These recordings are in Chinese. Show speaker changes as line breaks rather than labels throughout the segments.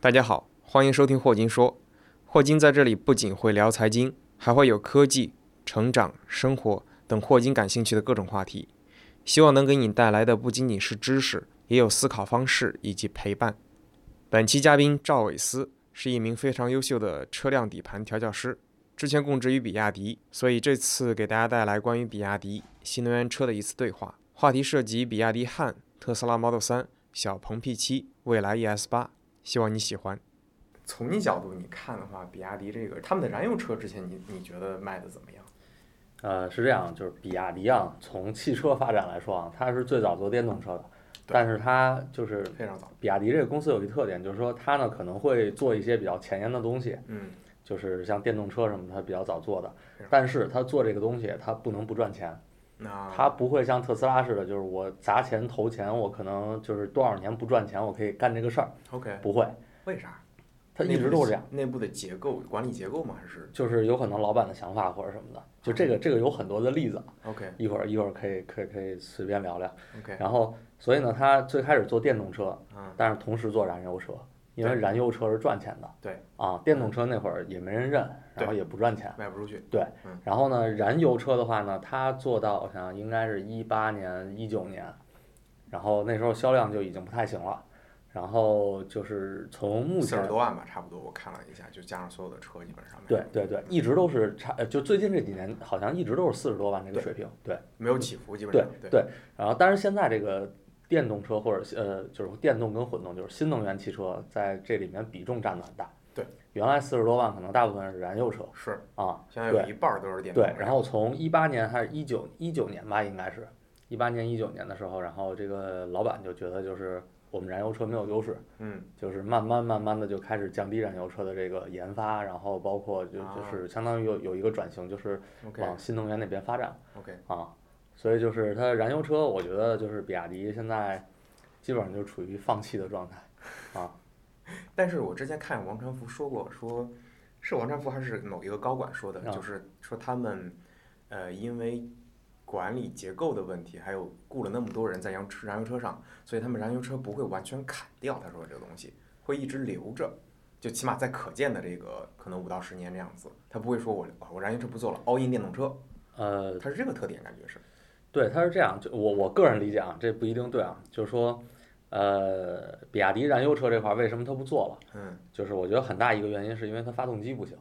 大家好，欢迎收听霍金说。霍金在这里不仅会聊财经，还会有科技、成长、生活等霍金感兴趣的各种话题。希望能给你带来的不仅仅是知识，也有思考方式以及陪伴。本期嘉宾赵伟思是一名非常优秀的车辆底盘调教师，之前供职于比亚迪，所以这次给大家带来关于比亚迪新能源车的一次对话，话题涉及比亚迪汉、特斯拉 Model 3、小鹏 P7、蔚来 E ES 8希望你喜欢。从你角度你看的话，比亚迪这个他们的燃油车之前你你觉得卖的怎么样？
呃，是这样，就是比亚迪啊，从汽车发展来说啊，它是最早做电动车的，但是它就是
非常早，
比亚迪这个公司有一特点，就是说它呢可能会做一些比较前沿的东西，
嗯，
就是像电动车什么，它比较早做的
是，
但是它做这个东西，它不能不赚钱，
那
它不会像特斯拉似的，就是我砸钱投钱，我可能就是多少年不赚钱，我可以干这个事儿，
OK
不会，
为啥？
它一直都是这样。
内部的结构管理结构吗？还是
就是有可能老板的想法或者什么的，就这个这个有很多的例子啊，
OK
一会儿一会儿可以可以可以随便聊聊。
OK
然后，所以呢，他最开始做电动车，
嗯
但是同时做燃油车，因为
对
燃油车是赚钱的。
对。
啊，电动车那会儿也没人认，
对
然后也不赚钱。
卖不出去？
对
嗯。
然后呢，燃油车的话呢，它做到我想想应该是一八年、一九年，然后那时候销量就已经不太行了。然后就是从目
四
前
十多万吧，差不多。我看了一下，就加上所有的车，基本上没
对对对，一直都是差，呃就最近这几年好像一直都是四十多万这个
对
水平。对。
没有起伏，基本
对
上对
对，然后但是现在这个电动车或者呃就是电动跟混动，就是新能源汽车在这里面比重占的很大。
对，
原来四十多万可能大部分是燃油车
是，
啊，
现在有一半儿都是电动
对
车。，
然后从一八年还是一九一九年吧，应该是一八年一九年的时候，然后这个老板就觉得就是我们燃油车没有优势，
嗯
就是慢慢慢慢的就开始降低燃油车的这个研发，然后包括就
啊
就是相当于有有一个转型，就是
，OK
往新能源那边发展。
OK，
啊，所以就是它燃油车，我觉得就是比亚迪现在基本上就处于放弃的状态啊。
但是我之前看王传福说过，说是王传福还是某一个高管说的，
啊
就是说他们呃因为管理结构的问题，还有雇了那么多人在燃油车燃油车上，所以他们燃油车不会完全砍掉。他说这个东西会一直留着。就起码在可见的这个可能五到十年这样子，他不会说我我燃油车不做了，all in 电动车，
呃，
它是这个特点，感觉是
对，它是这样，就我我个人理解啊，这不一定对啊，就是说，呃，比亚迪燃油车这块儿为什么它不做了？
嗯
就是我觉得很大一个原因是因为它发动机不行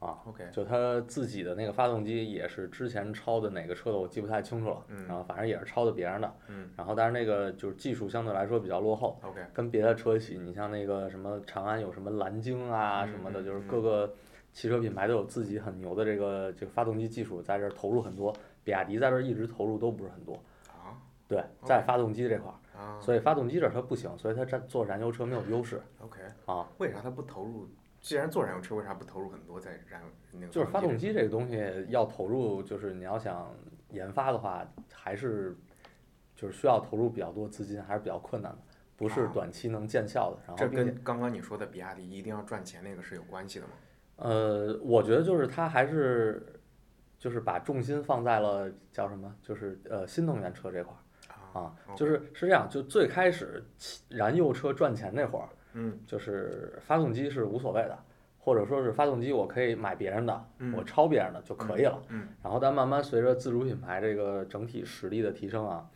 啊，
OK
就它自己的那个发动机也是之前抄的哪个车的，我记不太清楚了，
嗯
然后反正也是抄的别人的，
嗯
然后但是那个就是技术相对来说比较落后，
OK
跟别的车企，你像那个什么长安有什么蓝鲸啊
嗯
什么
嗯
的，就是
嗯
各个汽车品牌都有自己很牛的这个这个发动机技术，在这儿投入很多。比亚迪在这儿一直投入都不是很多，
啊
对，在发动机这块儿，
啊
所以发动机这儿它不行，所以它占做燃油车没有优势
OK，
啊。
为啥他不投入？既然做燃油车，为啥不投入很多在燃油那个
就是发动
机
机这个东西要投入，就是你要想研发的话，还是就是需要投入比较多资金，还是比较困难的，不是
啊
短期能见效的。然后
这
并且。
跟刚刚你说的比亚迪一定要赚钱那个是有关系的吗？
呃，我觉得就是他还是就是把重心放在了叫什么，就是呃新能源车这块儿啊，就是
哦
是是这样，就最开始汽燃油车赚钱那会儿，
嗯
就是发动机是无所谓的，或者说是发动机我可以买别人的，
嗯
我抄别人的就可以了。
嗯
然后但慢慢随着自主品牌这个整体实力的提升啊，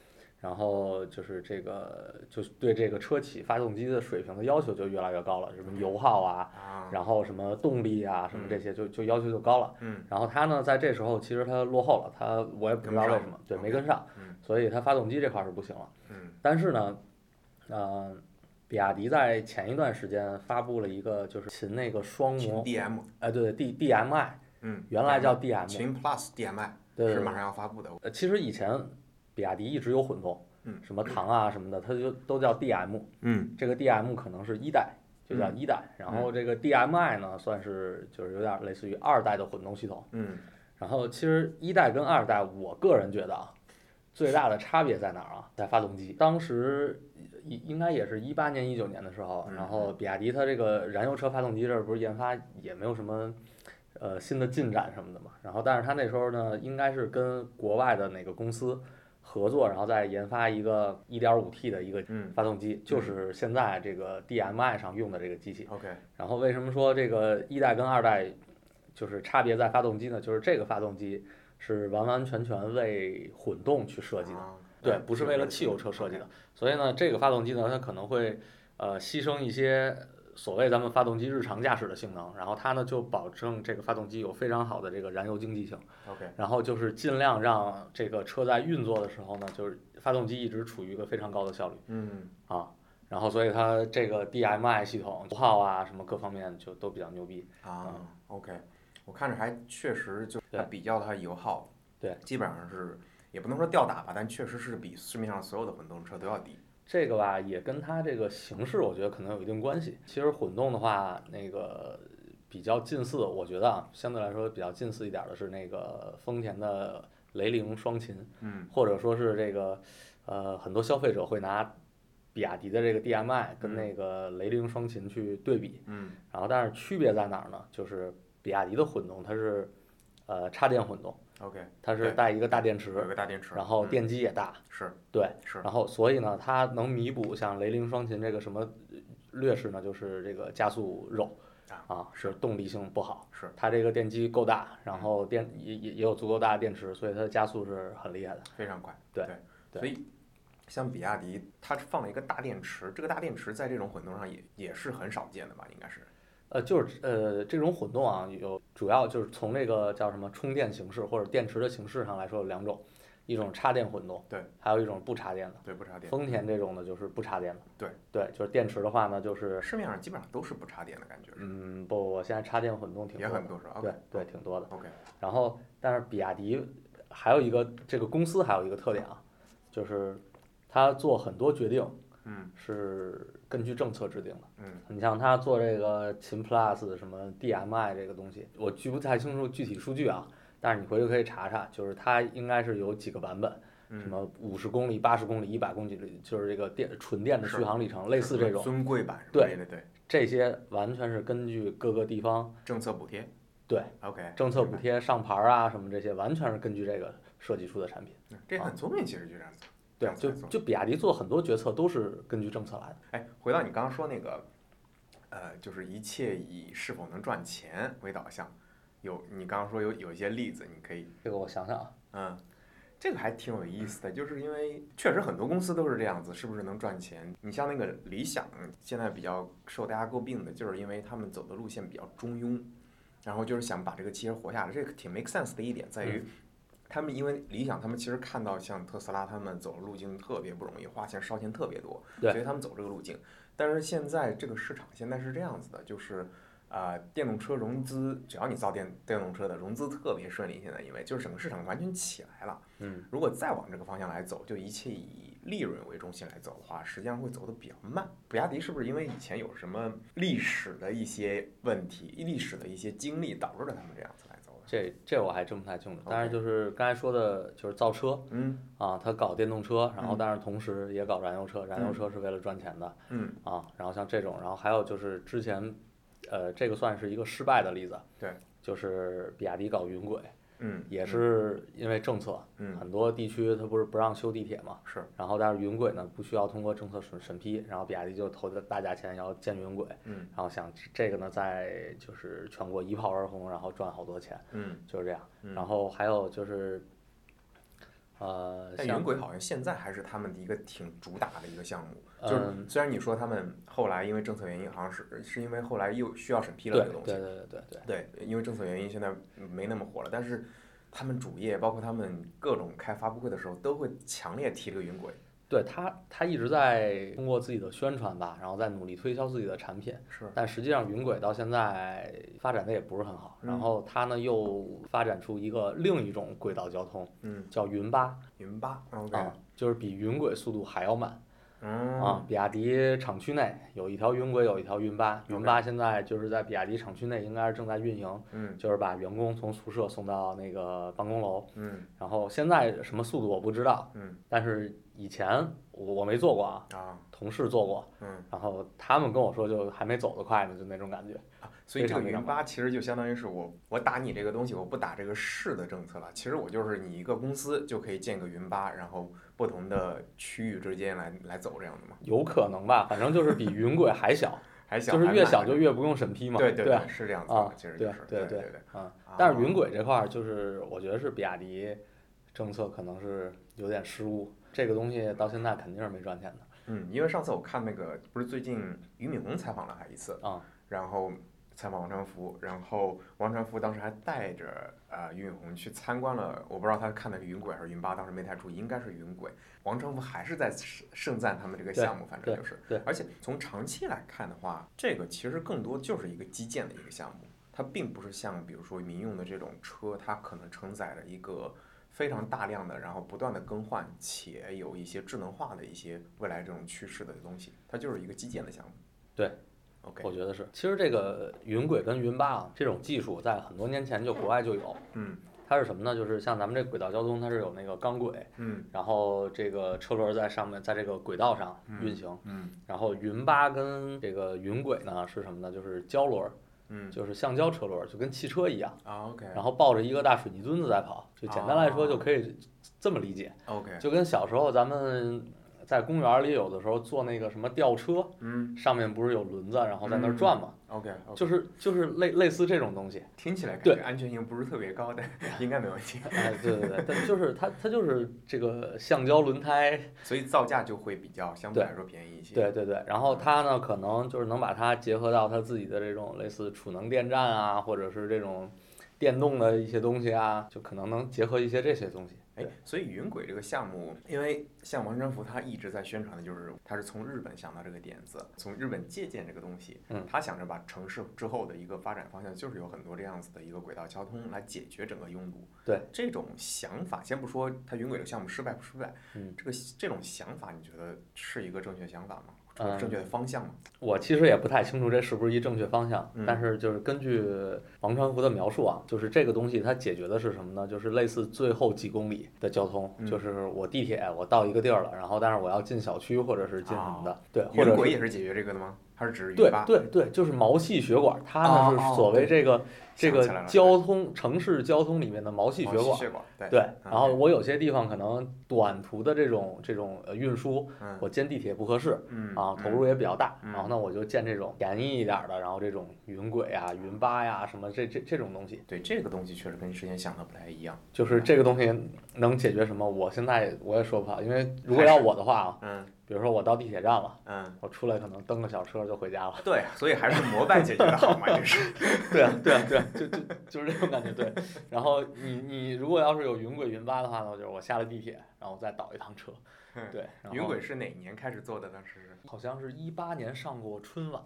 然后就是这个就是对这个车企发动机的水平的要求就越来越高了，什么油耗啊。
啊
然后什么动力啊，什么这些就就要求就高了。
嗯
然后它呢，在这时候其实它落后了，它我也不知道为什么，对，
跟不上
没跟上
嗯，
所以它发动机这块儿是不行了。
嗯
但是呢，呃，比亚迪在前一段时间发布了一个就是秦那个双
秦
模，
DM
哎，对，D D M I，
嗯
原来叫 D
DMI
M，
秦 Plus DMI
对
是
对
马
对，
上要发布的，
呃，其实以前比亚迪一直有混动，
嗯
什么唐啊什么的，它就都叫 D M，
嗯
这个 DM 可能是一代，就叫一代，然后这个 DMI 呢，算是就是有点类似于二代的混动系统。
嗯
然后其实一代跟二代，我个人觉得啊，最大的差别在哪儿啊？在发动机。当时应应该也是一八年、一九年的时候，
嗯
然后比亚迪它这个燃油车发动机这儿不是研发也没有什么。呃，新的进展什么的嘛，然后但是它那时候呢，应该是跟国外的哪个公司合作，然后再研发一个 1.5T 的一个
嗯
发动机，就是现在这个 DMI 上用的这个机器。
，OK，
然后为什么说这个一代跟二代就是差别在发动机呢？就是这个发动机是完完全全为混动去设计的，
啊
对，不是为了汽油车设计的。所以呢，这个发动机呢，它可能会呃牺牲一些所谓咱们发动机日常驾驶的性能，然后它呢就保证这个发动机有非常好的这个燃油经济性，
，OK，
然后就是尽量让这个车在运作的时候呢，就是发动机一直处于一个非常高的效率。
嗯，
啊，然后所以它这个 DMI 系统油耗啊什么各方面就都比较牛逼。
啊，OK，我看着还确实就
对
比较它的油耗，
对，
基本上是也不能说吊打吧，但确实是比市面上所有的混动车都要低。
这个吧也跟它这个形式，我觉得可能有一定关系。其实混动的话，那个比较近似，我觉得啊，相对来说比较近似一点的是那个丰田的雷凌双擎，
嗯，
或者说是这个呃很多消费者会拿比亚迪的这个 DMI 跟那个雷凌双擎去对比，
嗯，
然后但是区别在哪儿呢？就是比亚迪的混动它是呃插电混动。
，OK，
它是
对
带一个大电
有
池，
个大电池，
然后
嗯
电机也大，
是
对，
是
然后所以呢，它能弥补像雷凌双擎这个什么呃劣势呢？就是这个加速肉
啊
啊，是动力性不好。
是嗯
它这个电机够大，然后电也也也有足够大的电池，所以它的加速是很厉害的。
非常快，
对
对，所以。像比亚迪，它放了一个大电池，这个大电池在这种混动上也也是很少见的吧？应该是
呃，就是呃，这种混动啊，有主要就是从这个叫什么充电形式或者电池的形式上来说有两种，一种插电混动，
对，
还有一种不插电的。
对，不插电。
丰田这种呢就是不插电的，
对
对，就是电池的话呢，就是
市面上基本上都是不插电的感觉，是
嗯，不，我现在插电混动挺
也
多
很
的，
多是吧
嗯对对，挺多的。
？OK，
然后，但是比亚迪还有一个这个公司还有一个特点啊，就是它做很多决定
嗯
是根据政策制定的。
嗯
你像它做这个秦 Plus 什么 DMI 这个东西，我记不太清楚具体数据啊，但是你回去可以查查，就是它应该是有几个版本，什
嗯，
么五十公里、八十公里、一百公里，就是这个电纯电的
是
续航里程，类似这种，
尊贵版什么
对
类的，对，
这些完全是根据各个地方。
政策补贴，
对
，OK，
政策补贴、上牌儿啊什么这些，完全是根据这个设计出的产品。
嗯这很聪明，其实就这样子。这
对，
样子
就
来做
就比亚迪做很多决策都是根据政策来的。
哎，回到你刚刚说那个，呃，就是一切以是否能赚钱为导向。有你刚刚说有有一些例子，你可以，
这个我想想啊，
嗯，这个还挺有意思的，就是因为确实很多公司都是这样子，是不是能赚钱？你像那个理想，现在比较受大家诟病的，就是因为他们走的路线比较中庸，然后就是想把这个汽车活下来，这个挺 make sense 的一点在于。他们因为理想，他们其实看到像特斯拉他们走的路径特别不容易，花钱烧钱特别多，
对
所以他们走这个路径。但是现在这个市场现在是这样子的，就是啊、电动车融资，只要你造电电动车的融资特别顺利，现在因为就是整个市场完全起来了。
嗯，
如果再往这个方向来走，就一切以利润为中心来走的话，实际上会走得比较慢。比亚迪是不是因为以前有什么历史的一些问题、历史的一些经历，导致了他们这样子来走的？
这这我还真不太清楚。
OK
但是就是刚才说的，就是造车
嗯
啊，它搞电动车，然后
嗯
但是同时也搞燃油车，燃油车是为了赚钱的
嗯，
啊。然后像这种，然后还有就是之前，呃，这个算是一个失败的例子。
对，
就是比亚迪搞云轨，
嗯，
也是因为政策，
嗯
很多地区它不是不让修地铁嘛，
是，
然后但是云轨呢不需要通过政策审审批，然后比亚迪就投的大价钱要建云轨，
嗯
然后想这个呢在就是全国一炮而红，然后赚好多钱，
嗯。
就是这样。
嗯
然后还有就是，呃，
但
像
云轨好像现在还是他们的一个挺主打的一个项目，
嗯
就是虽然你说他们后来因为政策原因，好像是是因为后来又需要审批
对
了这
对
个东西，
对对对对，
对，因为政策原
嗯
因，现在没那么火了。但是他们主业，包括他们各种开发布会的时候，都会强烈提这个云轨。
对他他一直在通过自己的宣传吧，然后在努力推销自己的产品，
是
但实际上云轨到现在发展的也不是很好，然
嗯
后它呢又发展出一个另一种轨道交通，
嗯，
叫云巴
云八，OK，、
啊，就是比云轨速度还要慢
嗯，
啊。比亚迪厂区内有一条云轨，有一条云巴，云巴现在就是在比亚迪厂区内应该是正在运营，
嗯
就是把员工从宿舍送到那个办公楼，
嗯
然后现在什么速度我不知道，
嗯
但是以前我我没坐过啊，
啊，
同事做过，
嗯，
然后他们跟我说就还没走得快呢，就那种感觉。
啊所以这个
非常
云八其实就相当于是我我打你这个东西，我不打这个市的政策了，其实我就是你一个公司就可以建个云八，然后不同的区域之间来来走这样的嘛，
有可能 吧，反正就是比云轨还小，
还 小
就是
还
越
慢
小就越不用审批嘛。
对
对
对
啊，
是这样子
啊
的，其实
对
就
啊
是
对啊
对
对啊
对，
啊，
啊
但是云轨这块儿，就是我觉得是比亚迪政策可能是有点失误，这个东西到现在肯定是没赚钱的
嗯，因为上次我看那个不是最近俞敏洪采访了他一次，
啊。
然后采访王传福，然后王传福当时还带着呃俞敏洪去参观了，我不知道他看的是云轨还是云八，当时没太注意，应该是云轨。王传福还是在盛盛赞他们这个
对
项目，反正
对
就是，
对
而且从长期来看的话，这个其实更多就是一个基建的一个项目，它并不是像比如说民用的这种车，它可能承载着一个。非常大量的，然后不断的更换，且有一些智能化的一些未来这种趋势的东西，它就是一个基建的项目。
对
，OK，
我觉得是，其实这个云轨跟云八啊这种技术，在很多年前就国外就有。
嗯
它是什么呢？就是像咱们这轨道交通，它是有那个钢轨，
嗯
然后这个车轮在上面，在这个轨道上运行。
嗯
然后云八跟这个云轨呢是什么呢？就是胶轮，
嗯
就是橡胶车轮，就跟汽车一样，
啊，OK，
然后抱着一个大水泥墩子在跑。就简单来说，
哦
就可以这么理解，
OK，
就跟小时候咱们在公园里有的时候坐那个什么吊车，
嗯
上面不是有轮子，然后在那儿转嘛，
，OK，
就是就是类类似这种 东西。
听起来感
对
觉安全性不是特别高， 但应该没问题，
哎，对对对，但就是它它就是这个橡胶轮胎，
所以造价就会比较相对
对
来说便宜一些。
对，对对，然后它呢，可能就是能把它结合到它自己的这种类似储能电站啊，或者是这种电动的一些东西啊，就可能能结合一些这些东西。
哎，所以云轨这个项目，因为像王传福他一直在宣传的就是他是从日本想到这个点子，从日本借鉴这个东西，
嗯
他想着把城市之后的一个发展方向就是有很多这样子的一个轨道交通来解决整个拥堵。
对，
这种想法，先不说他云轨这个项目失败不失败，
嗯，
这个这种想法你觉得是一个正确想法吗？
嗯
正确的方向吗？
我其实也不太清楚这是不是一正确方向，
嗯
但是就是根据王传福的描述啊，就是这个东西它解决的是什么呢？就是类似最后几公里的交通，
嗯
就是我地铁我到一个地儿了，然后但是我要进小区或者是进什么
哦
的，对，或
云
者
轨
是
也是解决这个的吗？还是只是
对
云巴？
对对，就是毛细血管，它
哦
呢
哦
是所谓
对
这个、这
想起来
个
了
交通城市交通里面的毛细血
毛
管
细。血管，对
对，
嗯
然后我有些地方可能短途的这种这种呃运输，
嗯
我建地铁不合适
嗯
啊，投入也比较大，
嗯
然后呢我就建这种便宜一点儿的，然后这种云轨啊、云巴呀、什么这这这种东西，
对这个东西确实跟之前想的不太一样。
就是这个东西能解决什么？我现在我也说不好，因为如果要我的话啊，
嗯
比如说我到地铁站了，
嗯，
我出来可能蹬个小车就回家了。
对，啊所以还是摩拜解决的好嘛，这是。
对啊，对啊， 对啊，就就就是这种感觉，对。然后你你如果要是有云轨云巴的话呢，就是我下了地铁，然后我再倒一趟 车，对。然后
嗯云轨是哪年开始做的？当时是。
好像是一八年上过春晚，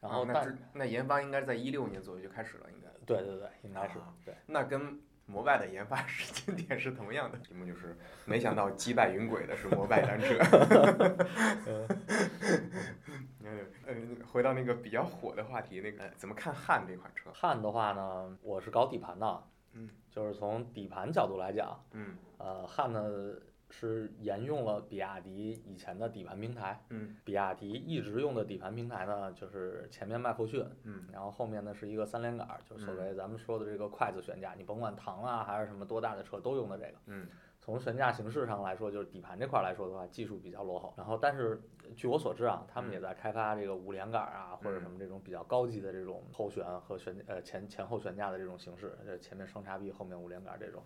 然
啊
后
那
但、
之那研发应该在一六年左右就开始了，应该。
对对对，应该是、
啊
对。
那跟摩拜的研发时间点是同样的。题目就是没想到击败云轨的是摩拜单车。 嗯，呃回到那个比较火的话题，那个呃怎么看汉这款车？
汉的话呢，我是搞底盘的，
啊嗯，
就是从底盘角度来讲，
嗯
呃，汉呢是沿用了比亚迪以前的底盘平台，
嗯
比亚迪一直用的底盘平台呢，就是前面麦弗逊，
嗯
然后后面呢是一个三连杆儿，就是所
嗯
谓咱们说的这个筷子悬架，你甭管唐啊还是什么多大的车都用的这个。
嗯
从悬架形式上来说，就是底盘这块儿来说的话，技术比较落后。然后，但是呃据我所知啊，
嗯
他们也在开发这个无连杆儿啊，或者什么这种比较高级的这种后悬和悬呃前前后悬架的这种形式，呃前面双叉臂，后面无连杆儿这种。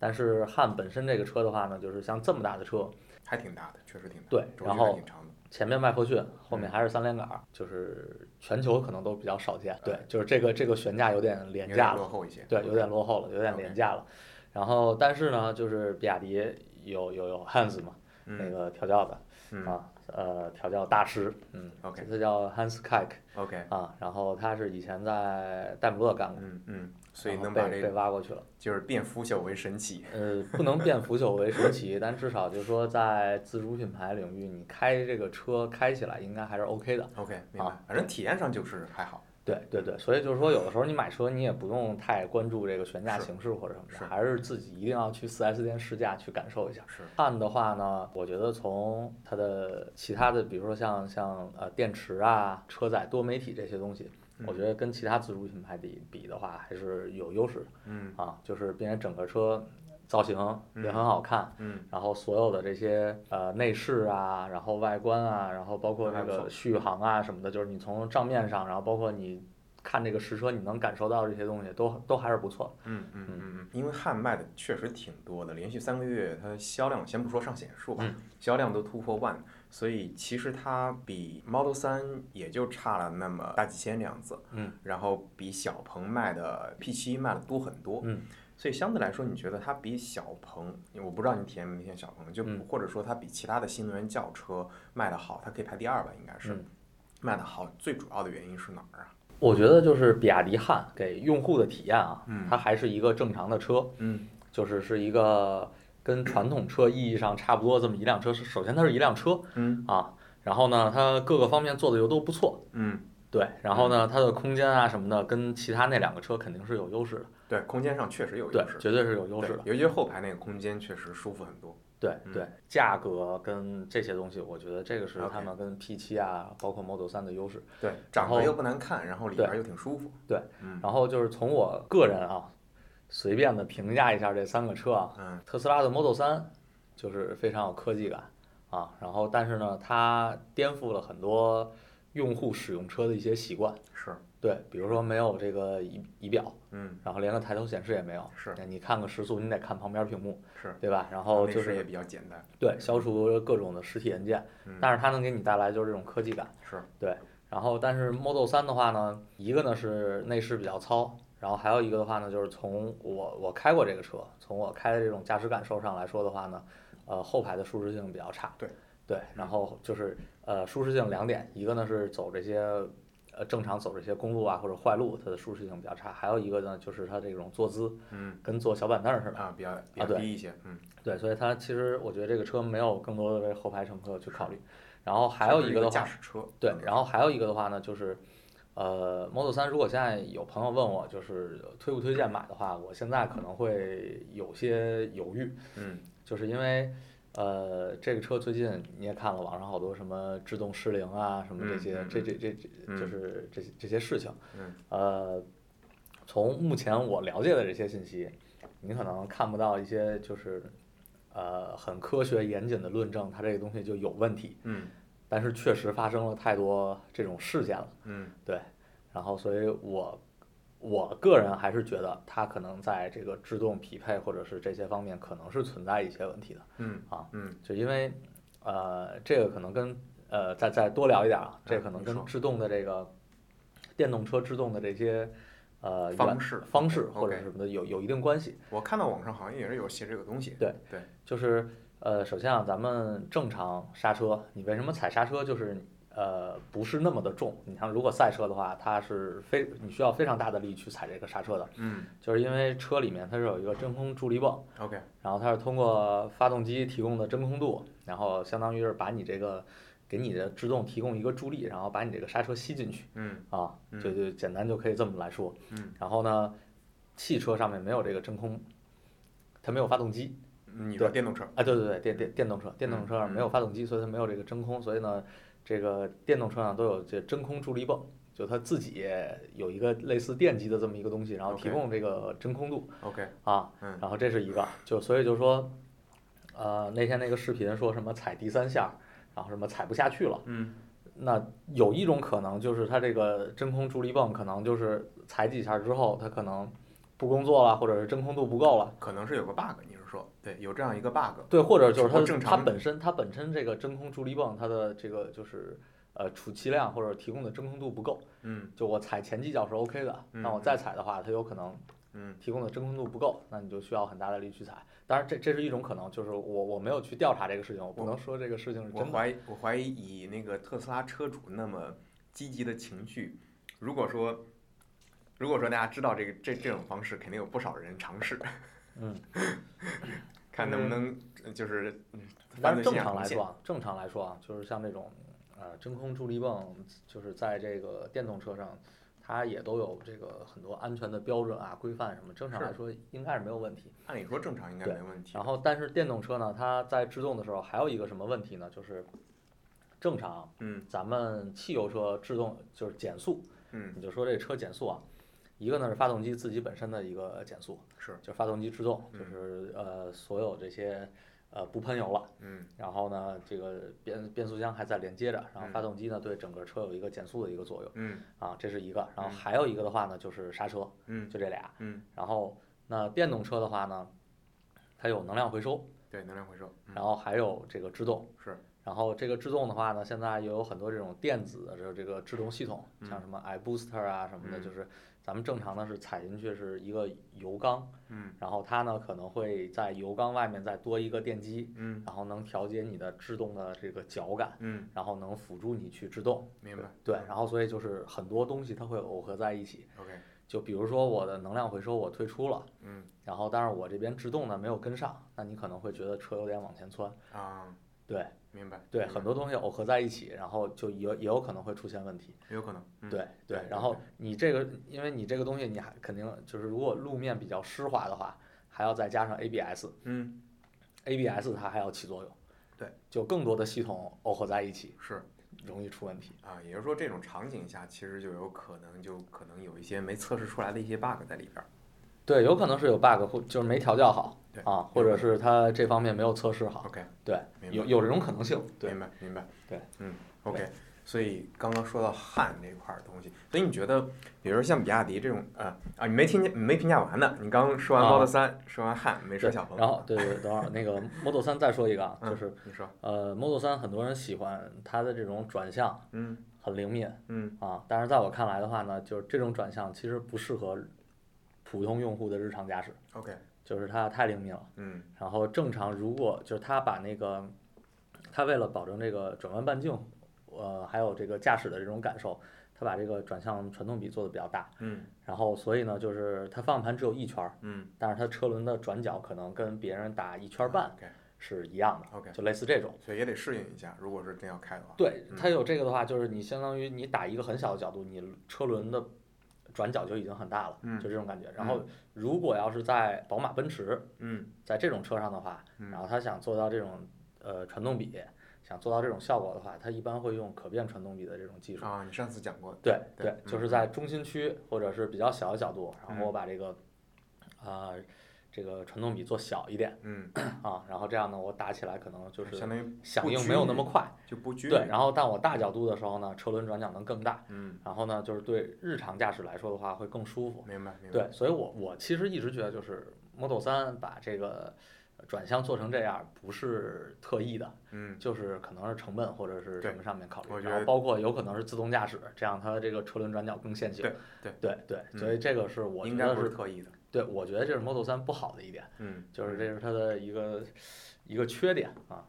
但是汉本身这个车的话呢，就是像这么大的车，
还挺大的，确实挺大，
对
轴距嗯
然
还
后
挺长的。
前面麦弗逊，后面还是三连杆儿，就是全球可能都比较少见。对，就是这个这个悬架有点廉
有
价
点
了
落，后一些。
对，有点落后了，有点
OK
廉价了。然后，但是呢，就是比亚迪有有有汉斯嘛，那
嗯
个调教的
嗯
啊，呃，调教大师，嗯
OK
这叫 Hans Kike
，OK，
啊，然后他是以前在戴姆勒干过，
嗯嗯，所以
然后
能把
被
这
被
个
挖过 去了。
就是变腐朽为神奇。
呃，不能变腐朽为神奇，但至少就是说在自主品牌领域，你开这个车开起来应该还是 OK 的。
OK，明白
啊。
反正体验上就是还好。
对对对，所以就是说，有的时候你买车，你也不用太关注这个悬架形式或者什么
是
的，还是自己一定要去 4S 店试驾去感受一下。
是
看的话呢，我觉得从它的其他的，比如说像像呃电池啊、车载、多媒体这些东西，
嗯
我觉得跟其他自主品牌比比的话，还是有优势的。
嗯
啊，就是并且整个车造型也很好看，
嗯，
然后所有的这些呃内饰啊，然后外观啊，然后包括
还
那
不错
个续航啊什么的，就是你从账面上，然后包括你看这个实车，你能感受到这些东西都都还是不错的。
嗯嗯嗯嗯，因为汉卖的确实挺多的，连续三个月它销量，先不说上显数吧，
嗯
销量都突破万，所以其实它比 Model 3也就差了那么大几千辆子，
嗯，
然后比小鹏卖的 P 7卖的多很多，
嗯，
所以相对来说，你觉得它比小鹏，我不知道你体验没体验小鹏，就
嗯
或者说它比其他的新能源轿车卖的好，它可以排第二吧，应该是、
嗯
卖的好，最主要的原因是哪儿啊？
我觉得就是比亚迪汉给用户的体验啊，
嗯
它还是一个正常的车，
嗯
就是是一个跟传统车意义上差不多这么一辆车。首先它是一辆车
嗯
啊，然后呢，它各个方面做的又都不错，
嗯，
对，然后呢，它的空间啊什么的，跟其他那两个车肯定是有优势的，
对，空间上确实有优
对
势，。
绝对是有优势
对
的，
尤其是后排那个空间确实舒服很多。
对
嗯
对，价格跟这些东西，我觉得这个是
OK
他们跟 P 7啊，包括 Model 3的优势。
对，长
后
得又不难看，然后里
对
边儿又挺舒服。
对，
嗯
然后就是从我个人啊，随便的评价一下这三个车啊，
嗯
特斯拉的 Model 3就是非常有科技感啊，然后但是呢，它颠覆了很多用户使用车的一些习惯，
是
对，比如说没有这个仪仪表，
嗯
然后连个抬头显示也没有，
是
那你看个时速，你得看旁边屏幕，
是，
对吧？然后
内
就
饰也
是
比较简单。
对消除各种的实体按键，
嗯
但是它能给你带来就是这种科技感，
是
对。然后，但是 Model 3的话呢，一个呢是内饰比较糙，然后还有一个的话呢，就是从我我开过这个车，从我开的这种驾驶感受上来说的话呢，呃，后排的舒适性比较差。
对
对，然后就是呃，舒适性两点，一个呢是走这些呃正常走这些公路啊或者坏路，它的舒适性比较差，还有一个呢就是它这种坐姿
嗯
跟坐小板凳似的，
啊，比较比较
对
低一些。嗯，
对，所以它其实我觉得这个车没有更多的为后排乘客去考虑。然后还有
是
一个的
驾
话，
驶车。
对，
嗯
然后还有一个的话呢，就是呃，Model 3如果现在有朋友问我，就是推不推荐买的话，我现在可能会有些犹豫，
嗯
就是因为呃，这个车最近你也看了网上好多什么制动失灵啊，什么这
嗯
些，
嗯
这
嗯
这这这
嗯
就是这些这些事情，
嗯
呃，从目前我了解的这些信息，你可能看不到一些就是呃很科学严谨的论证，它这个东西就有问题。
嗯
但是确实发生了太多这种事件了，
嗯
对。然后，所以我我个人还是觉得它可能在这个制动匹配或者是这些方面可能是存在一些问题的，
嗯
啊
嗯
就因为呃这个可能跟呃再再多聊一点啊，这
嗯
可能
你
跟
说
制动的这个电动车制动的这些呃
方
原
式
方式
OK，
或者什么的有有一定关系。
我看到网上好像也是有写这个东西。
对
对，
就是呃，首先啊，咱们正常刹车，你为什么踩刹车？就是呃，不是那么的重。你像如果赛车的话，它是非你需要非常大的力去踩这个刹车的，
嗯
就是因为车里面它是有一个真空助力泵，
，OK，
然后它是通过发动机提供的真空度，然后相当于是把你这个给你的制动提供一个助力，然后把你这个刹车吸进去
嗯
啊，
嗯
就就简单就可以这么来说。
嗯，
然后呢，汽车上面没有这个真空，它没有发动机。
你说
对
电动车
啊，对对对，电电电动车，电
嗯
动车上没有发动机，所以它没有这个真空，所以呢，这个电动车上都有这真空助力泵，就它自己有一个类似电机的这么一个东西，然后
OK
提供这个真空度
，OK，
啊，
嗯
然后这是一个，就所以就说，呃，那天那个视频说什么踩第三下儿，然后什么踩不下去了，
嗯
那有一种可能就是它这个真空助力泵可能就是踩几下儿之后，它可能不工作了，或者是真空度不够了。
可能是有个 bug，你是说对，有这样一个 bug，
对，或者
只
就是
不过
它
正
它
常
本身它本身这个真空助力泵它的这个就是呃储气量或者提供的真空度不够，
嗯
就我踩前几脚是 OK 的，那
嗯
我再踩的话，它有可能
嗯
提供的真空度不够，那你就需要很大的力去踩。当然这这是一种可能，就是我我没有去调查这个事情，我不
我
能说这个事情是
我
真的。
怀疑，我怀疑以那个特斯拉车主那么积极的情绪，如果说，如果说大家知道这个这这种方式，肯定有不少人尝试，
嗯，
看能不能呃就是嗯
但
犯罪
是正
现象
常
重
来
现
说，啊，正常来说啊，就是像这种呃真空助力泵，就是在这个电动车上。它也都有这个很多安全的标准啊、规范什么，正常来说应该是没有问题。
按理说正常应该
对
没问题。
然后，但是电动车呢，它在制动的时候还有一个什么问题呢？就是正常
嗯
咱们汽油车制动就是减速，
嗯，
你就说这车减速啊，一个呢是发动机自己本身的一个减速，
是
就是发动机制动，
嗯
就是呃所有这些呃不喷油了。
嗯
然后呢，这个变变速箱还在连接着，然后
嗯
发动机呢对整个车有一个减速的一个作用
嗯
啊，这是一个。然后
嗯
还有一个的话呢，就是刹车，
嗯
就这俩。
嗯，
然后那电动车的话呢，它有能量回收，
对，能量回收。嗯
然后还有这个制动。
是
然后这个制动的话呢，现在也有很多这种电子的这这个制动系统，
嗯
像什么 iBooster 啊什么的，
嗯
就是咱们正常的是踩进去是一个油缸，
嗯
然后它呢可能会在油缸外面再多一个电机，
嗯
然后能调节你的制动的这个脚感，
嗯，
然后能辅助你去制动。
明白。
对，然后所以就是很多东西它会耦合在一起。
OK，
就比如说我的能量回收我退出了，
嗯
然后但是我这边制动呢没有跟上，那你可能会觉得车有点往前窜。
啊，
对
明白。嗯
对，
明白
很多东西耦合在一起，然后就也也有可能会出现问题。
有可能。嗯
对
对
对，
对
然后你这个因为你这个东西你还肯定就是如果路面比较湿滑的话，还要再加上 ABS。
嗯
ABS 它还要起作用，
对，
就更多的系统耦合在一起，
是
容易出问题。
啊，也就是说这种场景下，其实就有可能就可能有一些没测试出来的一些 bug 在里边儿。
对，有可能是有 bug 或就是没调教好
对
啊，或者是它这方面没有测试好，
OK，
对，
嗯明白
有有这种可能性。对
明，白明白。
对，
嗯，OK。所以刚刚说到汗这块儿的东西，所以你觉得，比如说像比亚迪这种，啊啊，你没听见，你没评价完呢，你刚刚说完
啊
Model 三，说完汉，没说
对
小鹏，
然后对对，对等会儿那个 Model 三再说一个啊，
嗯
就是
你说，
呃 Model 三很多人喜欢它的这种转向
嗯
很灵敏
嗯
啊，但是在我看来的话呢，就是这种转向其实不适合普通用户的日常驾驶，
，OK，
就是它太灵敏了。
嗯
然后正常如果就是他把那个，他为了保证这个转弯半径，呃，还有这个驾驶的这种感受，他把这个转向传动比做的比较大，
嗯
然后所以呢，就是它方向盘只有一圈儿，
嗯
但是它车轮的转角可能跟别人打一圈儿半
，OK
是一样的，
嗯 OK，
就类似这种。
所以也得适应一下，如果是真要开的话，
对，
嗯
它有这个的话，就是你相当于你打一个很小的角度，你车轮的转角就已经很大了，
嗯
就这种感觉。然后如果要是在宝马、奔驰，
嗯
在这种车上的话，
嗯
然后他想做到这种呃传动比，想做到这种效果的话，他一般会用可变传动比的这种技术。
啊，你上次讲过，
对
对
对，
嗯
就是在中心区或者是比较小的角度，然后我把这个啊、呃这个传动比做小一点
嗯，
啊，然后这样呢，我打起来可能就是
相当于
响
不
应
拘
没有那
泥
么快。
就不拘
对，
泥，
然后但我大角度的时候呢，车轮转角能更大，
嗯，
然后呢，就是对日常驾驶来说的话会更舒服。
明白明白，
对，所以我我其实一直觉得，就是 Model 三把这个呃转向做成这样，不是特意的，
嗯，
就是可能是成本或者是
对
什么上面考
我
虑，
觉
然后
得
包括有可能是自动驾驶，这样它这个车轮转角更线性。
对
对对
嗯
所以这个是我
应
觉
该
得
不
是
是特意的，
对，我觉得这是 Model 三不好的一点，
嗯，
就是这是它的一个一个缺点啊。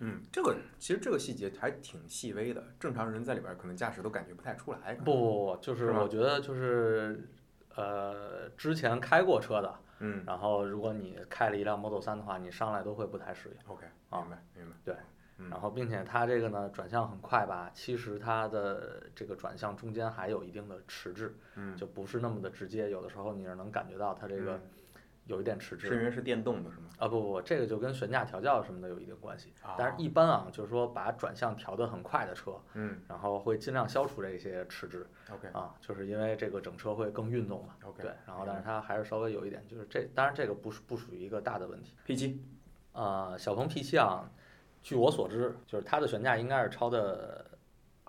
嗯，这个其实这个细节还挺细微的，正常人在里边儿可能驾驶都感觉不太出来。
不，不不，就是是
吗
我觉得就是呃之前开过车的，
嗯
然后如果你开了一辆 Model 三的话，你上来都会不太适应。
，OK，
啊
明白明白。
对
嗯，
然后，并且它这个呢转向很快吧，其实它的这个转向中间还有一定的迟滞，
嗯，
就不是那么的直接，有的时候你是能感觉到它这个
嗯
有一点迟
是因
滞。
为是电动的是吗？
啊不不不，这个就跟悬架调教什么的有一定关系，但
啊
是一般啊，就是说把转向调得很快的车，
嗯
然后会尽量消除这些迟滞
，OK
啊，就是因为这个整车会更运动嘛。
OK，
对，然后但是它还是稍微有一点，就是这当然这个不是不属于一个大的问题。
P 七，
呃，小鹏 P 七啊，据我所知，就是它的悬架应该是超的，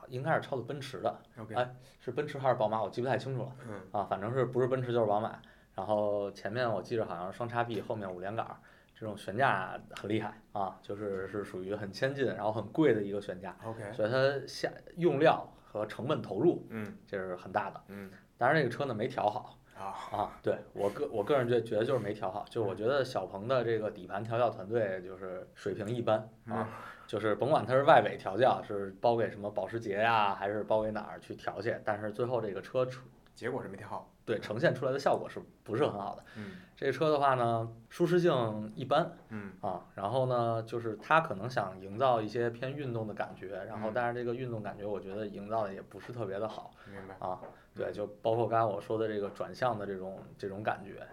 应该是超的奔驰的，
OK，
哎是奔驰还是宝马，我记不太清楚了
嗯
啊，反正是不是奔驰就是宝马。然后前面我记着好像是双叉臂，后面五连杆儿，这种悬架很厉害啊，就是是属于很先进，然后很贵的一个悬架，
，OK，
所以它下用料和成本投入
嗯
这是很大的。
嗯，
当然这个车呢没调好
啊，
啊，对我个我个人觉觉得就是没调好，就是我
嗯
觉得小鹏的这个底盘调教团队就是水平一般啊，
嗯
就是甭管它是外尾调教，是包给什么保时捷呀、还是包给哪儿去调去，但是最后这个车出
结果是没调好。
对呈现出来的效果是不是很好的。
嗯
这车的话呢，舒适性一般
嗯
啊，然后呢，就是它可能想营造一些偏运动的感觉，然后
嗯
但是这个运动感觉我觉得营造的也不是特别的好
明白。
啊。对，就包括刚才我说的这个转向的这种这种感觉，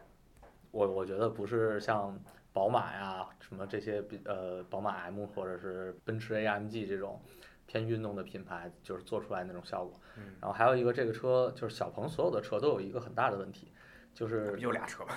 我我觉得不是像宝马呀什么这些比呃宝马 M 或者是奔驰 AMG 这种偏运动的品牌就是做出来那种效果。
嗯，
然后还有一个这个车就是小鹏所有的车都有一个很大的问题，就是
就俩车吧。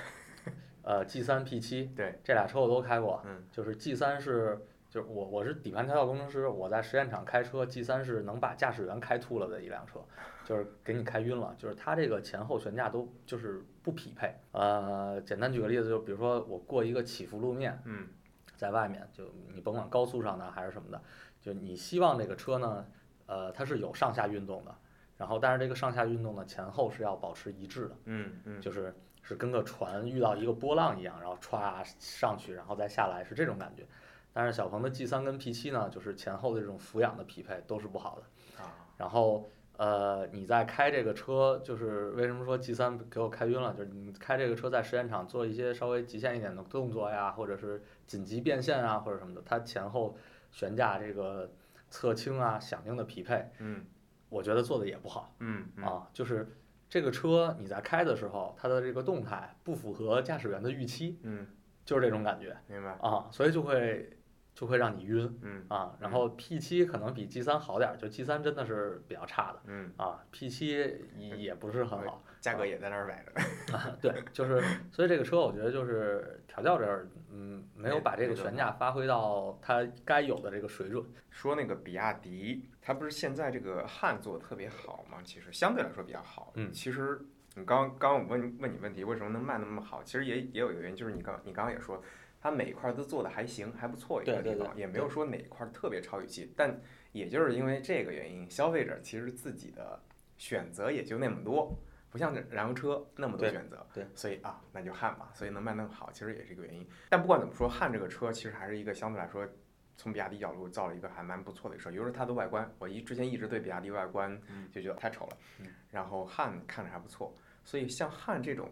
呃 G 三 P 七
对，
这俩车我都开过，
嗯
就是 G 三是就是我我是底盘调校工程师，我在实验场开车，G 三是能把驾驶员开吐了的一辆车，就是给你开晕了，就是它这个前后悬架都就是不匹配。呃，简单举个例子，就比如说我过一个起伏路面，
嗯
在外面，就你甭管高速上呢还是什么的，就你希望这个车呢，呃，它是有上下运动的，然后但是这个上下运动呢前后是要保持一致的，
嗯嗯，
就是是跟个船遇到一个波浪一样，然后歘上去，然后再下来，是这种感觉。但是小鹏的 G 三跟 P 七呢，就是前后的这种俯仰的匹配都是不好的。
啊，
然后呃，你在开这个车，就是为什么说 G 三给我开晕了，就是你开这个车在实验场做一些稍微极限一点的动作呀，或者是紧急变线啊，或者什么的，它前后悬架这个侧倾啊、响应的匹配，
嗯
我觉得做的也不好
嗯嗯
啊，就是。这个车你在开的时候，它的这个动态不符合驾驶员的预期，
嗯，
就是这种感觉
明白。
啊，所以就会就会让你晕
嗯
啊。然后 P 七可能比 G 三好点儿，就 G 三真的是比较差的，
嗯，
啊，P 七也不是很好，
价格也在那儿摆着。
对，就是所以这个车我觉得就是调教这儿，嗯，没有
没
把这
没
个
做
悬
好
架发挥到它该有的这个水准。
说那个比亚迪，它不是现在这个汉做的特别好吗？其实相对来说比较好。
嗯
其实你刚刚我问问你问题，为什么能卖那么好？其实也也有一个原因，就是你刚你刚刚也说，它每一块都做的还行，还不错，有
对
的地
对
方
对
也没有说哪一块特别超预期。但也就是因为这个原因，消费者其实自己的选择也就那么多。不像燃油车那么多
对
选择，
对
所以啊，那就汉吧，所以能卖那么好，其实也是一个原因。但不管怎么说，汉这个车其实还是一个相对来说从比亚迪角度造了一个还蛮不错的车，尤其是它的外观，我一之前一直对比亚迪外观
嗯
就觉得太丑了，
嗯
然后汉看着还不错，所以像汉这种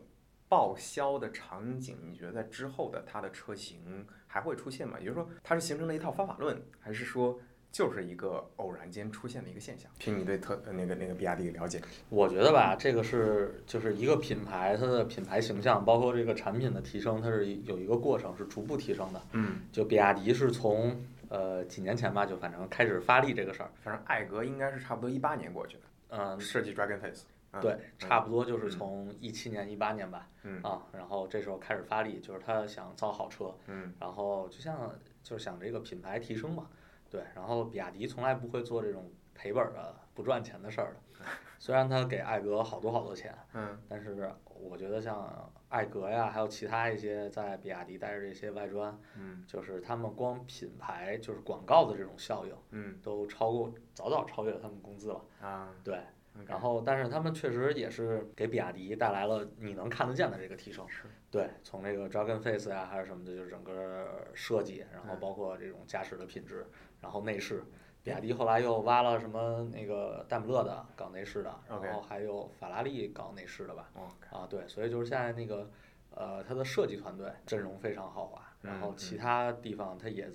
报销的场景，你觉得在之后的它的车型还会出现吗？也就是说，它是形成了一套方法论，还是说就是一个偶然间出现的一个现象？凭你对特呃那个那个比亚迪的了解，
我觉得吧，这个是就是一个品牌它的品牌形象，包括这个产品的提升，它是有一个过程，是逐步提升的。
嗯，
就比亚迪是从呃几年前吧，就反正开始发力这个事儿，
反正艾格应该是差不多一八年过去的，
嗯，
设计 Dragon Face，嗯
对，差不多就是
嗯
从一七年一八年吧，
嗯
啊，然后这时候开始发力，就是他想造好车，
嗯
然后就像就是想这个品牌提升嘛，对，然后比亚迪从来不会做这种赔本儿的、不赚钱的事儿 的，虽然他给艾格好多好多钱，
嗯
但是我觉得像艾格呀，还有其他一些在比亚迪待着这些外专，
嗯
就是他们光品牌就是广告的这种效应，
嗯
都超过早早超越了他们工资了，
啊，
对。
OK
然后，但是他们确实也是给比亚迪带来了你能看得见的这个提升。
是
对，从这个 Dragon Face 啊，还是什么的，就是整个设计，然后
嗯
包括这种驾驶的品质，然后内饰，比亚迪后来又挖了什么那个戴姆勒的搞内饰的，
OK
然后还有法拉利搞内饰的吧。
哦，
啊，对，所以就是现在那个，呃，它的设计团队阵容非常豪华，然后
嗯嗯
其他地方它也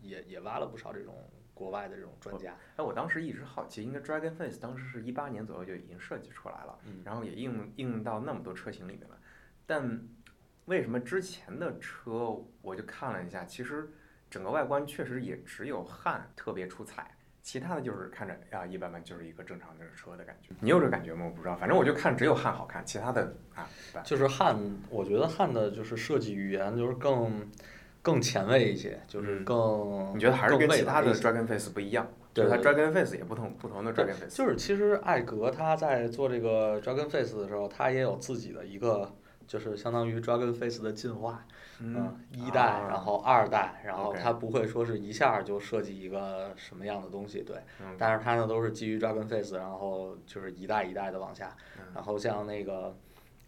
也也挖了不少这种国外的这种专家。
哎，我当时一直好奇，应该 Dragon Face 当时是一八年左右就已经设计出来了，
嗯
然后也应用应用到那么多车型里面了。但为什么之前的车我就看了一下，其实整个外观确实也只有汉特别出彩，其他的就是看着啊一般般，就是一个正常的车的感觉。你有这感觉吗？我不知道，反正我就看只有汉好看，其他的啊一般。
就是汉，我觉得汉的就是设计语言就是更更前卫一些，就是
嗯
更、
你觉得还是跟
哦更
其
未来
他的
一些
Dragon Face 不一样？
对
就是它
对
Dragon Face 也不同，不同的
对
Dragon Face。
就是其实艾格他在做这个 Dragon Face 的时候，他也有自己的一个就是相当于 Dragon Face 的进化，
嗯，
一代，
啊
然后二代，然后
OK
他不会说是一下就设计一个什么样的东西，对，
嗯
但是它呢都是基于 Dragon Face，然后就是一代一代的往下，
嗯
然后像那个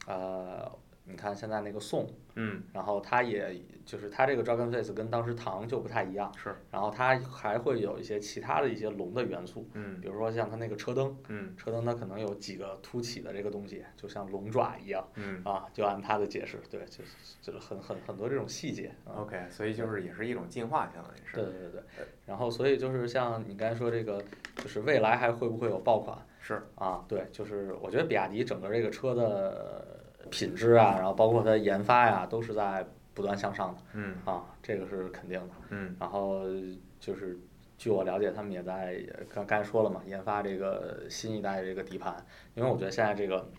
呃你看现在那个宋，
嗯，
然后它也就是它这个 Dragonface 跟当时唐就不太一样，
嗯是，
然后它还会有一些其他的一些龙的元素，
嗯
比如说像它那个车灯，
嗯
车灯它可能有几个凸起的这个东西，就像龙爪一样
嗯
啊，就按它的解释，对，就是就是很很很多这种细节啊。
，OK，所以就是也是一种进化，相当于
对
是，呃
对对对，然后所以就是像你刚才说这个，就是未来还会不会有爆款？
是，
啊，对，就是我觉得比亚迪整个这个车的品质啊，然后包括它研发呀、都是在不断向上
嗯
的啊，这个是肯定的。
嗯
然后就是据我了解，他们也在刚刚才说了嘛，研发这个新一代这个底盘，因为我觉得现在这个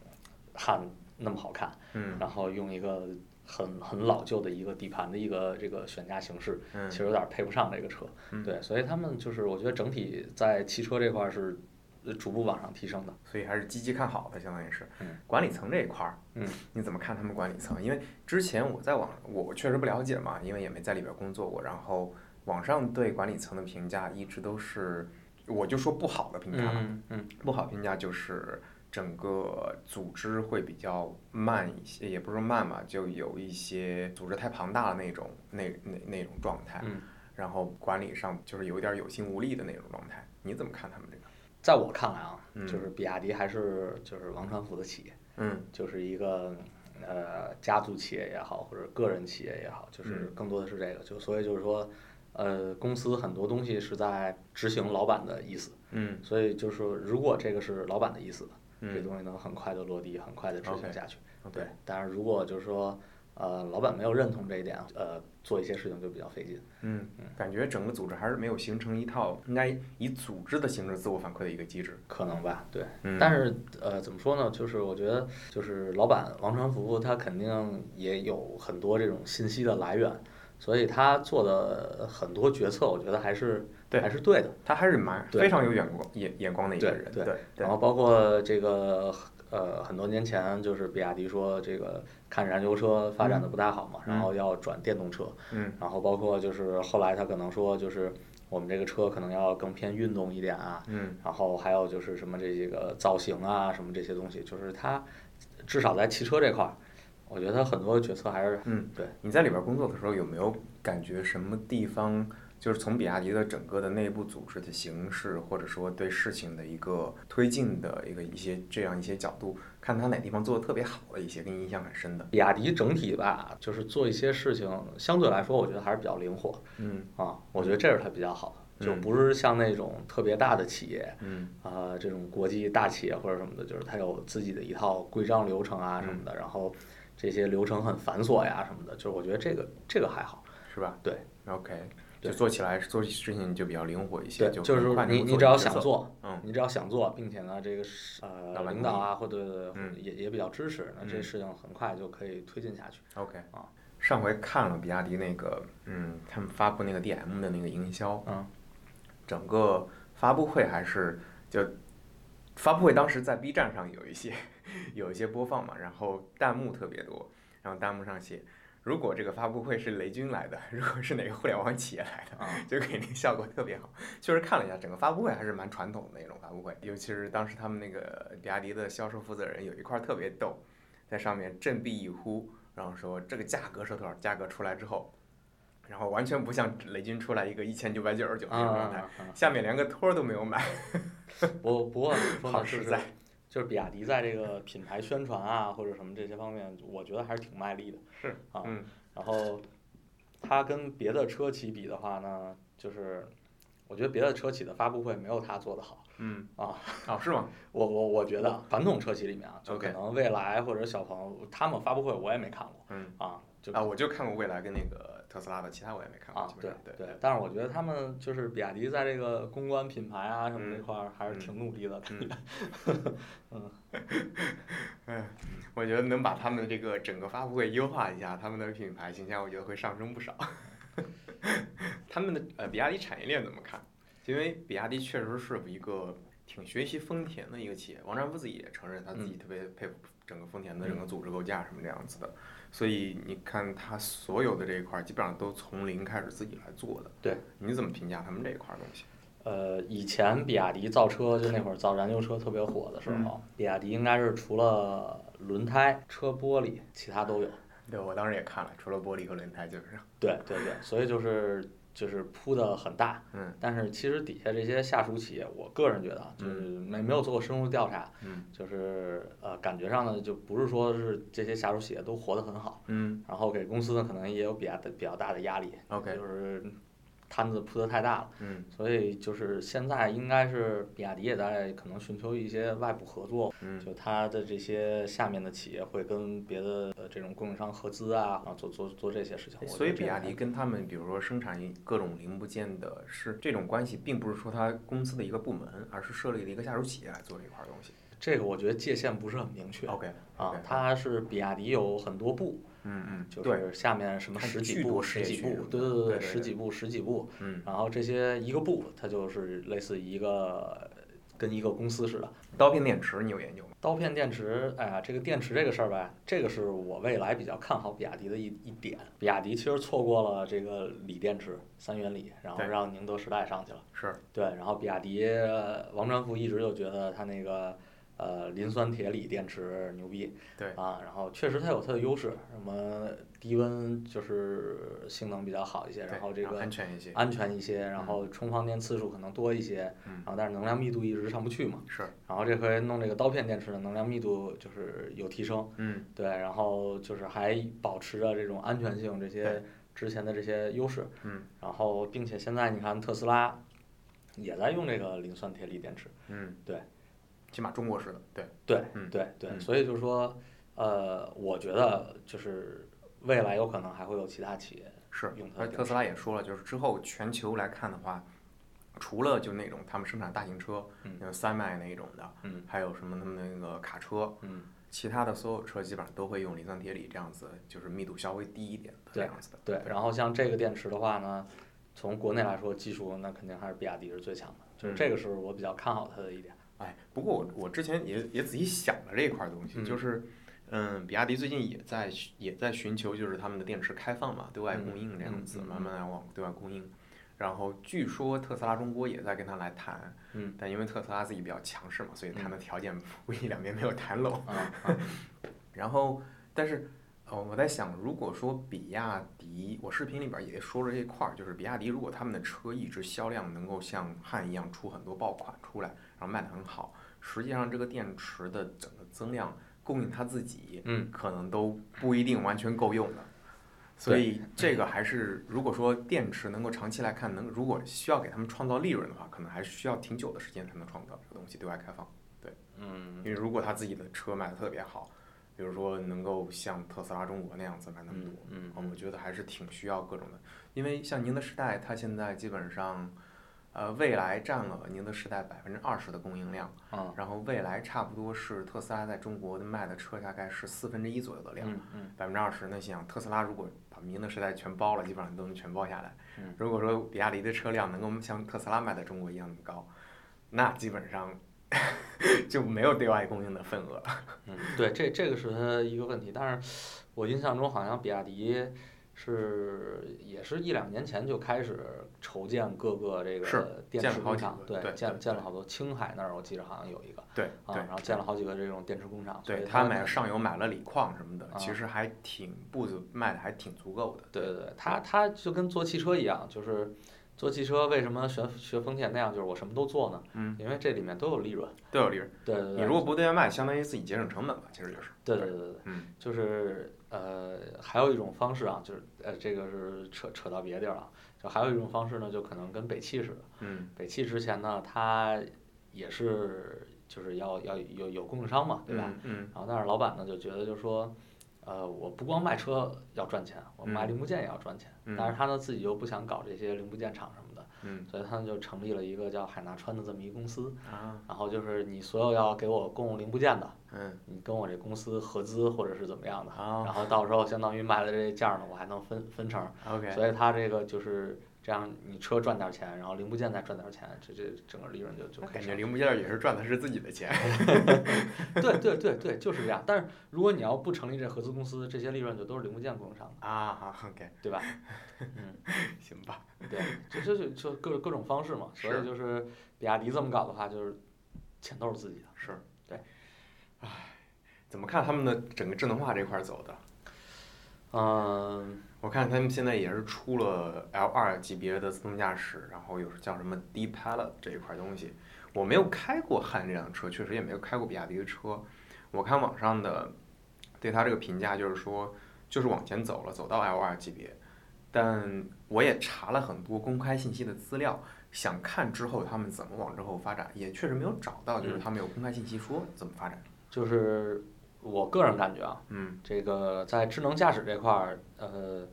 汉那么好看，
嗯
然后用一个很很老旧的一个底盘的一个这个悬架形式，
嗯
其实有点配不上这个车。
嗯
对，所以他们就是我觉得整体在汽车这块儿是呃逐步往上提升的。
所以还是积极看好的，相当于是
嗯。
管理层这一块儿，
嗯，
你怎么看他们管理层？因为之前我在网，我确实不了解嘛，因为也没在里边工作过。然后网上对管理层的评价一直都是，我就说不好的评价吧，
嗯嗯
不好评价就是整个组织会比较慢一些，也不是说慢吧，就有一些组织太庞大了那种那那那种状态，
嗯，
然后管理上就是有一点儿有心无力的那种状态。你怎么看他们这个？
在我看来啊，
嗯
就是比亚迪还是就是王传福的企业，
嗯
就是一个呃家族企业也好，或者个人企业也好，就是
嗯
更多的是这个，就所以就是说，呃，公司很多东西是在执行老板的意思，
嗯
所以就是说如果这个是老板的意思，这
嗯
东西能很快的落地，很快的执行
OK
下去。
，OK，
对，但是如果就是说呃老板没有认同这一点，呃，做一些事情就比较费劲。
嗯，感觉整个组织还是没有形成一套应该以组织的形式自我反馈的一个机制。
可能吧，对，
嗯
但是呃，怎么说呢？就是我觉得，就是老板王传福他肯定也有很多这种信息的来源，所以他做的很多决策，我觉得还是
对
还是对的。
他还是蛮
对
非常有眼光眼眼光的一个人，
对
对
然后包括这个呃，很多年前就是比亚迪说这个看燃油车发展的不太好嘛，然后要转电动车，
嗯
然后包括就是后来他可能说就是我们这个车可能要更偏运动一点啊，
嗯
然后还有就是什么这些个造型啊，什么这些东西，就是它至少在汽车这块儿，我觉得它很多决策还是
嗯，
对。
你在里边工作的时候有没有感觉什么地方就是从比亚迪的整个的内部组织的形式，或者说对事情的一个推进的一个一些这样一些角度，看他哪地方做的特别好的一些，给你印象很深的？
比亚迪整体吧，就是做一些事情相对来说，我觉得还是比较灵活
嗯
啊，我觉得这是它比较好的，就
嗯
不是像那种特别大的企业。
嗯
啊、这种国际大企业或者什么的，就是它有自己的一套规章流程啊什么的，
嗯
然后这些流程很繁琐呀什么的，就是我觉得这个这个还好。
是吧？
对
，OK，
对
就做起来做事情就比较灵活一些，
对，
就
就是
很快
你
能够
你
做
只要
决策
想，做，
嗯
你只要想做，并且呢，这个是
老
呃
板同
领导
意
啊，或者
嗯
也也比较支持，那这
嗯
事情很快就可以推进下去。
OK
啊
上回看了比亚迪那个，嗯，他们发布那个 DM 的那个营销，
嗯，
整个发布会还是就发布会当时在 B 站上有一些 有一些播放嘛，然后弹幕特别多，然后弹幕上写。如果这个发布会是雷军来的，如果是哪个互联网企业来的，
啊
就肯定效果特别好。确实看了一下，整个发布会还是蛮传统的那种发布会，尤其是当时他们那个比亚迪的销售负责人有一块儿特别逗，在上面振臂一呼，然后说这个价格是多少，价格出来之后，然后完全不像雷军出来一个一千九百九十九那种状态，
啊！啊
下面连个托儿都没有买，
不不过怎么说
好
呢，就
实
是
在。
就是比亚迪在这个品牌宣传啊或者什么这些方面，我觉得还是挺卖力的。
是
啊，
嗯
然后它跟别的车企比的话呢，就是我觉得别的车企的发布会没有它做的好。
嗯
啊
哦是吗？
我我我觉得啊传统车企里面啊，就可
OK
能蔚来或者小鹏，他们发布会我也没看过
嗯
啊，就
啊，我就看过蔚来跟那个特斯拉的，其他我也没看过，
啊
基，本
对
上对
对，但是我觉得他们就是比亚迪在这个公关品牌啊什么
嗯
这块儿还是
嗯
挺努力的，
嗯 我觉得能把他们的这个整个发布会优化一下，他们的品牌形象，我觉得会上升不少。 他们的呃，比亚迪产业链怎么看？因为比亚迪确实是一个挺学习丰田的一个企业，王传福自己也承认他自己特别佩服整个丰田的整个组织构架什么这样子的，所以你看他所有的这一块儿基本上都从零开始自己来做的。
对，
你怎么评价他们这一块儿东西？
呃，以
嗯
前比亚迪造车就那会儿造燃油车特别火的时候，比亚迪应该是除了轮胎、车玻璃，其他都有。
对，我当时也看了，除了玻璃和轮胎，基本上。
对对对，所以就是就是铺的很大，
嗯，
但是其实底下这些下属企业，我个人觉得啊，就是没没有做过深入调查，
嗯
就是呃感觉上呢，就不是说是这些下属企业都活得很好，
嗯
然后给公司呢可能也有比较的比较大的压力
OK
就是摊子铺的太大了，
嗯
所以就是现在应该是比亚迪也在可能寻求一些外部合作，
嗯
就它的这些下面的企业会跟别的呃这种供应商合资啊，然后做做做这些事情。我觉
所以
得这
比亚
样
迪
还
跟他们，比如说生产一各种零部件的是这种关系，并不是说它公司的一个部门，而是设立了一个下属企业来做这块儿东西。
这个我觉得界限不是很明确
OK
啊
哦 OK，，
它是比亚迪有很多部，
嗯嗯，
就
对，
是下面什么
它
十
巨
几
多
部、
事
十
业
几
群
部，对对对
对对
十
对
几部、十几部，
嗯，
然后这些一个部它就是类似一个跟一个公司似的。
刀片电池你有研究吗？
刀片电池，哎呀，这个电池这个事儿吧，这个是我未来比较看好比亚迪的一一点。比亚迪其实错过了这个锂电池三元锂，然后
对
让宁德时代上去了。
是，
对，然后比亚迪呃王传福一直就觉得他那个呃磷酸铁锂电池牛逼，
对
啊，然后确实它有它的优势，什么低温就是性能比较好一些，
对
然后这
然后
个
安全一些，
安全一些，然后充放电次数可能多一些，
嗯
然后但是能量密度一直上不去嘛。
是，
然后这回弄这个刀片电池的能量密度就是有提升，
嗯
对，然后就是还保持着这种安全性这些
对
之前的这些优势，
嗯
然后并且现在你看特斯拉也在用这个磷酸铁锂电池，
嗯，
对，
起码中国式的，对，
对
嗯
对对，
嗯
所以就是说，呃，我觉得就是未来有可能还会有其他企业
是
用，它的
而
电
特斯拉也说了，就是之后全球来看的话，除了就那种他们生产大型车，
嗯
像三迈那一种的，
嗯
还有什么他们那个卡车，
嗯。
其他的所有车基本上都会用磷酸铁锂这样子，就是密度稍微低一点的这
对
样子的。
对，然后像这个电池的话呢，从国内来说，技术那肯定还是比亚迪是最强的，就
嗯
是这个是我比较看好它的一点。
哎，不过我我之前也也仔细想了这一块东西，
嗯
就是，嗯，比亚迪最近也在寻也在寻求，就是他们的电池开放嘛，对外供应这样子，
嗯嗯嗯
慢慢来往对外供应。然后据说特斯拉中国也在跟他来谈，
嗯
但因为特斯拉自己比较强势嘛，所以谈的条件无疑两边没有谈拢。
啊啊
然后，但是，呃，我在想，如果说比亚迪，我视频里边也说了这一块儿，就是比亚迪如果他们的车一直销量能够像汉一样出很多爆款出来，然后卖得很好，实际上这个电池的整个增量供应它自己，
嗯，
可能都不一定完全够用的。所以这个还是，如果说电池能够长期来看，能如果需要给他们创造利润的话，可能还是需要挺久的时间才能创造这个东西对外开放。因
嗯
为如果他自己的车卖的特别好，比如说能够像特斯拉中国那样子卖那么多
嗯，嗯
啊我觉得还是挺需要各种的。因为像宁德时代，它现在基本上，呃，未来占了宁德时代百分之二十的供应量，
啊
然后未来差不多是特斯拉在中国的卖的车大概是四分之一左右的量。
嗯嗯
百分之二十，那想特斯拉如果把宁德时代全包了，基本上都能全包下来
嗯。
如果说比亚迪的车辆能够像特斯拉卖在中国一样的高，那基本上 就没有对外供应的份额了。
嗯，对，这这个是它一个问题，但是我印象中好像比亚迪。是，也是一两年前就开始筹建各个这
是
个电
建
池
了好
工
几
厂，
个对
建
对
建了
对
好多。青海那儿我记得好像有一个
对
啊，然后建了好几个这种电池工厂。所
对，
以
他
它
买上游买了锂矿什么的，
啊
其实还挺步子迈的还挺足够的。
对对对，他他就跟做汽车一样，就是做汽车为什么学学丰田那样，就是我什么都做呢？
嗯，
因为这里面都有利润。
都有利润。
对对
你
对，
如果不对外卖，相当于自己节省成本吧，其实就是。
对对对对，
嗯，
就是呃，还有一种方式啊，就是呃，这个是扯扯到别地儿啊，就还有一种方式呢，就可能跟北汽似的，
嗯
北汽之前呢，它也是就是要要有有供应商嘛，对吧？
嗯嗯
然后但是老板呢就觉得就说，呃，我不光卖车要赚钱，我卖
嗯
零部件也要赚钱。
嗯
但是他呢自己又不想搞这些零部件厂什么的，
嗯
所以他们就成立了一个叫海纳川的这么一公司。
啊
然后就是你所有要给我供零部件的，
嗯
你跟我这公司合资或者是怎么样的，
啊
然后到时候相当于卖了这件儿呢，我还能分分成。
，OK，
所以他这个就是这样，你车赚点儿钱，然后零部件再赚点儿钱，这这整个利润就就
那
可以
感
上
觉零部件也是赚的是自己的钱。
对对对对，就是这样。但是如果你要不成立这合资公司，这些利润就都是零部件供应商的，
啊好，OK，
对吧？嗯，
行吧。
对，就就就就各各种方式嘛。所
是
以就是比亚迪这么搞的话，就是钱都是自己的。
是，
对。
唉，怎么看他们的整个智能化这块儿走的？
嗯，
我看他们现在也是出了 L 二级别的自动驾驶，然后有叫什么 D Pilot 这一块东西。我没有开过汉这辆车，确实也没有开过比亚迪的车。我看网上的对它这个评价就是说，就是往前走了，走到 L 二级别。但我也查了很多公开信息的资料，想看之后他们怎么往之后发展，也确实没有找到，就是他们有公开信息说怎么发展。
就是我个人感觉啊，
嗯
这个在智能驾驶这块儿，呃，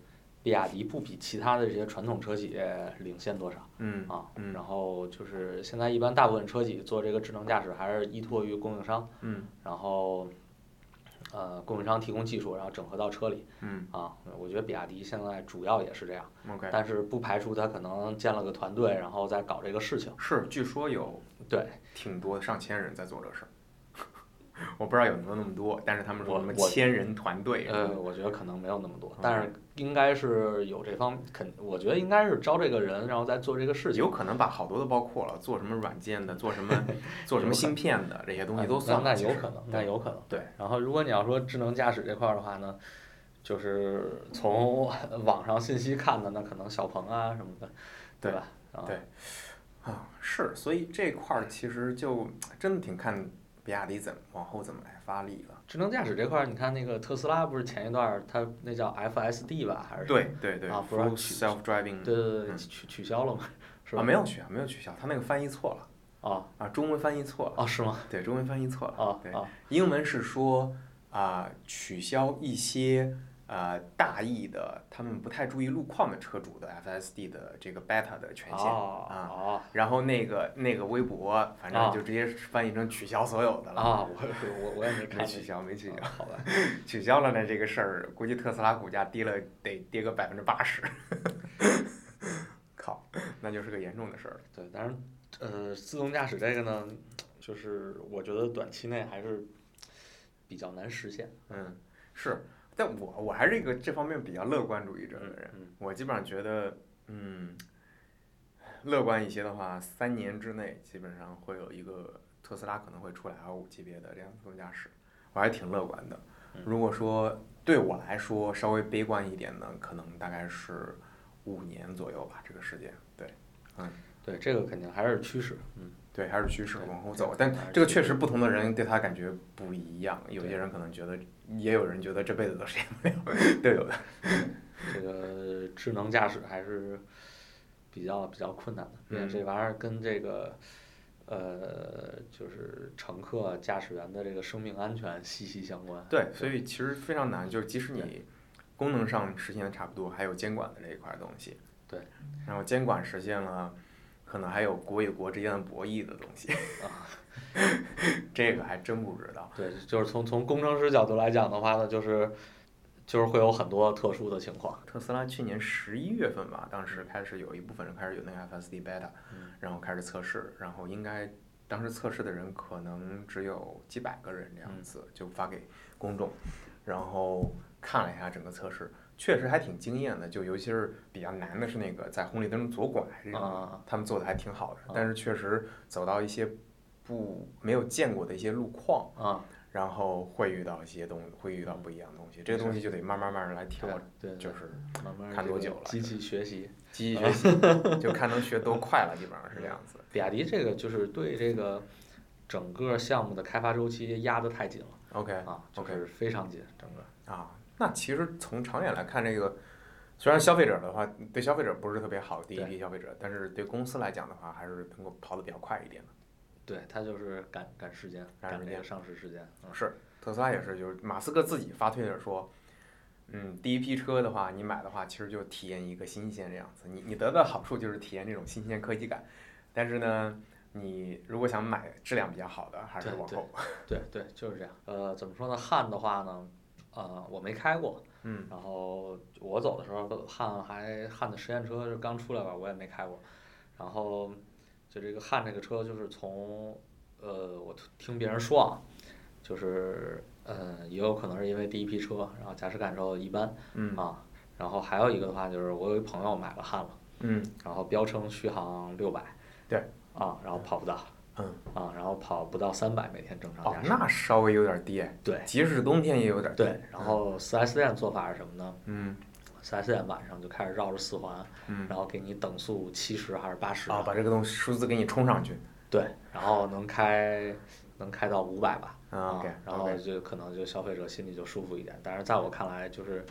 比亚迪不比其他的这些传统车企业领先多少
嗯
啊。
嗯
然后就是现在一般大部分车企做这个智能驾驶还是依托于供应商，
嗯
然后呃供应商提供技术，然后整合到车里
嗯
啊。我觉得比亚迪现在主要也是这样，
，OK，
但是不排除他可能建了个团队，然后再搞这个事情。
是据说有
对，
挺多上千人在做这事儿。 我不知道有没有那么多，但是他们说
我
什么
我
千人团队什么
呃，
的，
我觉得可能没有那么多
嗯，
但是应该是有这方肯，我觉得应该是招这个人，然后再做这个事情。
有可能把好多都包括了，做什么软件的，做什么做什
有可
么
能
芯片的这些东西都
嗯
算
那
了。
那
其
有
实
可能，那有可能。
对，
然后如果你要说智能驾驶这块儿的话呢，就是从 网上信息看的，那可能小鹏啊什么的，对吧？啊，
对啊，是，所以这块儿其实就真的挺看比亚迪怎么往后怎么来发力了。
智能驾驶这块儿，你看那个特斯拉不是前一段儿它那叫 FSD 吧，还是什么
对对对
啊不知道
，full
取
self driving
对对对
嗯
取取消了嘛？是吧？
啊，没有取消，没有取消，他那个翻译错了
啊
啊，中文翻译错了，
啊是吗？
对，中文翻译错了，
啊
对，
啊
英文是说啊、取消一些呃大意的，他们不太注意路况的车主的 FSD 的这个 beta 的
哦
权限。啊
啊
然后那个那个微博，反
啊
正就直接翻译成取消所有的了，嗯
啊！我我我也没看
没取消，没取消
啊，好吧。
取消了呢这个事儿，估计特斯拉股价跌了得跌个百分之八十， 靠，那就是个严重的事儿了。
对，但是呃，自动驾驶这个呢，就是我觉得短期内还是比较难实现。
嗯，是，但我我还是一个这方面比较乐观主义者的人，
嗯
我基本上觉得，嗯，乐观一些的话，三年之内基本上会有一个特斯拉可能会出来 L 五级别的这样自动驾驶，我还挺乐观的
嗯。
如果说对我来说稍微悲观一点呢，可能大概是五年左右吧，这个时间，对。
对，这个肯定还是趋势。嗯，
对，还是趋势
对
往后
这
走
个，
但
还是
这个
趋
确实不同的人对他感觉不一样，有些
对
人可能觉得，也有人觉得这辈子都实现不 了，都有的。
这个智能驾驶还是比较比较困难的，因为
嗯
这玩意儿跟这个呃，就是乘客、驾驶员的这个生命安全息息相关。
对，所以其实非常难，就是即使你功能上实现的差不多，还有监管的这一块东西。
对，
然后监管实现了，可能还有国与国之间的博弈的东西，
啊，
这个还真不知道。
对，就是从从工程师角度来讲的话呢，就是就是会有很多特殊的情况。
特斯拉去年十一月份吧，当时开始有一部分人开始有那个 FSD beta，
嗯
然后开始测试，然后应该当时测试的人可能只有几百个人这
嗯
样子，就发给公众，然后看了一下整个测试，确实还挺惊艳的，就尤其是比较难的是那个在红绿灯左拐这种，
啊，
他们做的还挺好的
啊，
但是确实走到一些不没有见过的一些路况，
啊，
然后会遇到一些东，会遇到不一样的东西，这些东西就得慢慢慢慢来调
对，对，对
就是
慢慢
看
这
多
个
久了
机器学习，啊
积极学习，就看能学多快了，基本上是这样 子。
比亚迪这个就是对这个整个项目的开发周期压得太紧了
OK，
啊，就
OK
是非常紧，整个
啊，那其实从长远来看，这个虽然消费者的话对消费者不是特别好，第一
对
批消费者，但是对公司来讲的话，还是能够跑得比较快一点的。
对它就是赶赶时间，
赶
赶
时
这
间
个上市时间，嗯
是，特斯拉也是，就是马斯克自己发推特说，嗯，第一批车的话，你买的话，其实就体验一个新鲜这样子，你你得到好处就是体验这种新鲜科技感，但是呢，你如果想买质量比较好的，还是
对
往
对
后，
对对，就是这样。呃，怎么说呢？汉的话呢，呃，我没开过，
嗯
然后我走的时候，汉还汉的实验车是刚出来吧，我也没开过。然后就这个汉这个车，就是从呃，我听别人说啊，就是呃，也有可能是因为第一批车，然后驾驶感受一般
嗯
啊。然后还有一个的话，就是我有一朋友买了汉了，
嗯，
然后标称续航六百，
对，
啊，然后跑不到，
嗯
啊，然后跑不到三百每天正常
哦
加，速。
那稍微有点低，哎
对
即使是冬天也有点低。
对，然后四 S 店做法是什么呢？
嗯，
四 S 店晚上就开始绕着四环，
嗯
然后给你等速七十还是八十、
啊，把这个东西数字给你冲上去。
对，然后能开能开到五百吧，
啊，OK，
然后就可能就消费者心里就舒服一点。但是在我看来，就是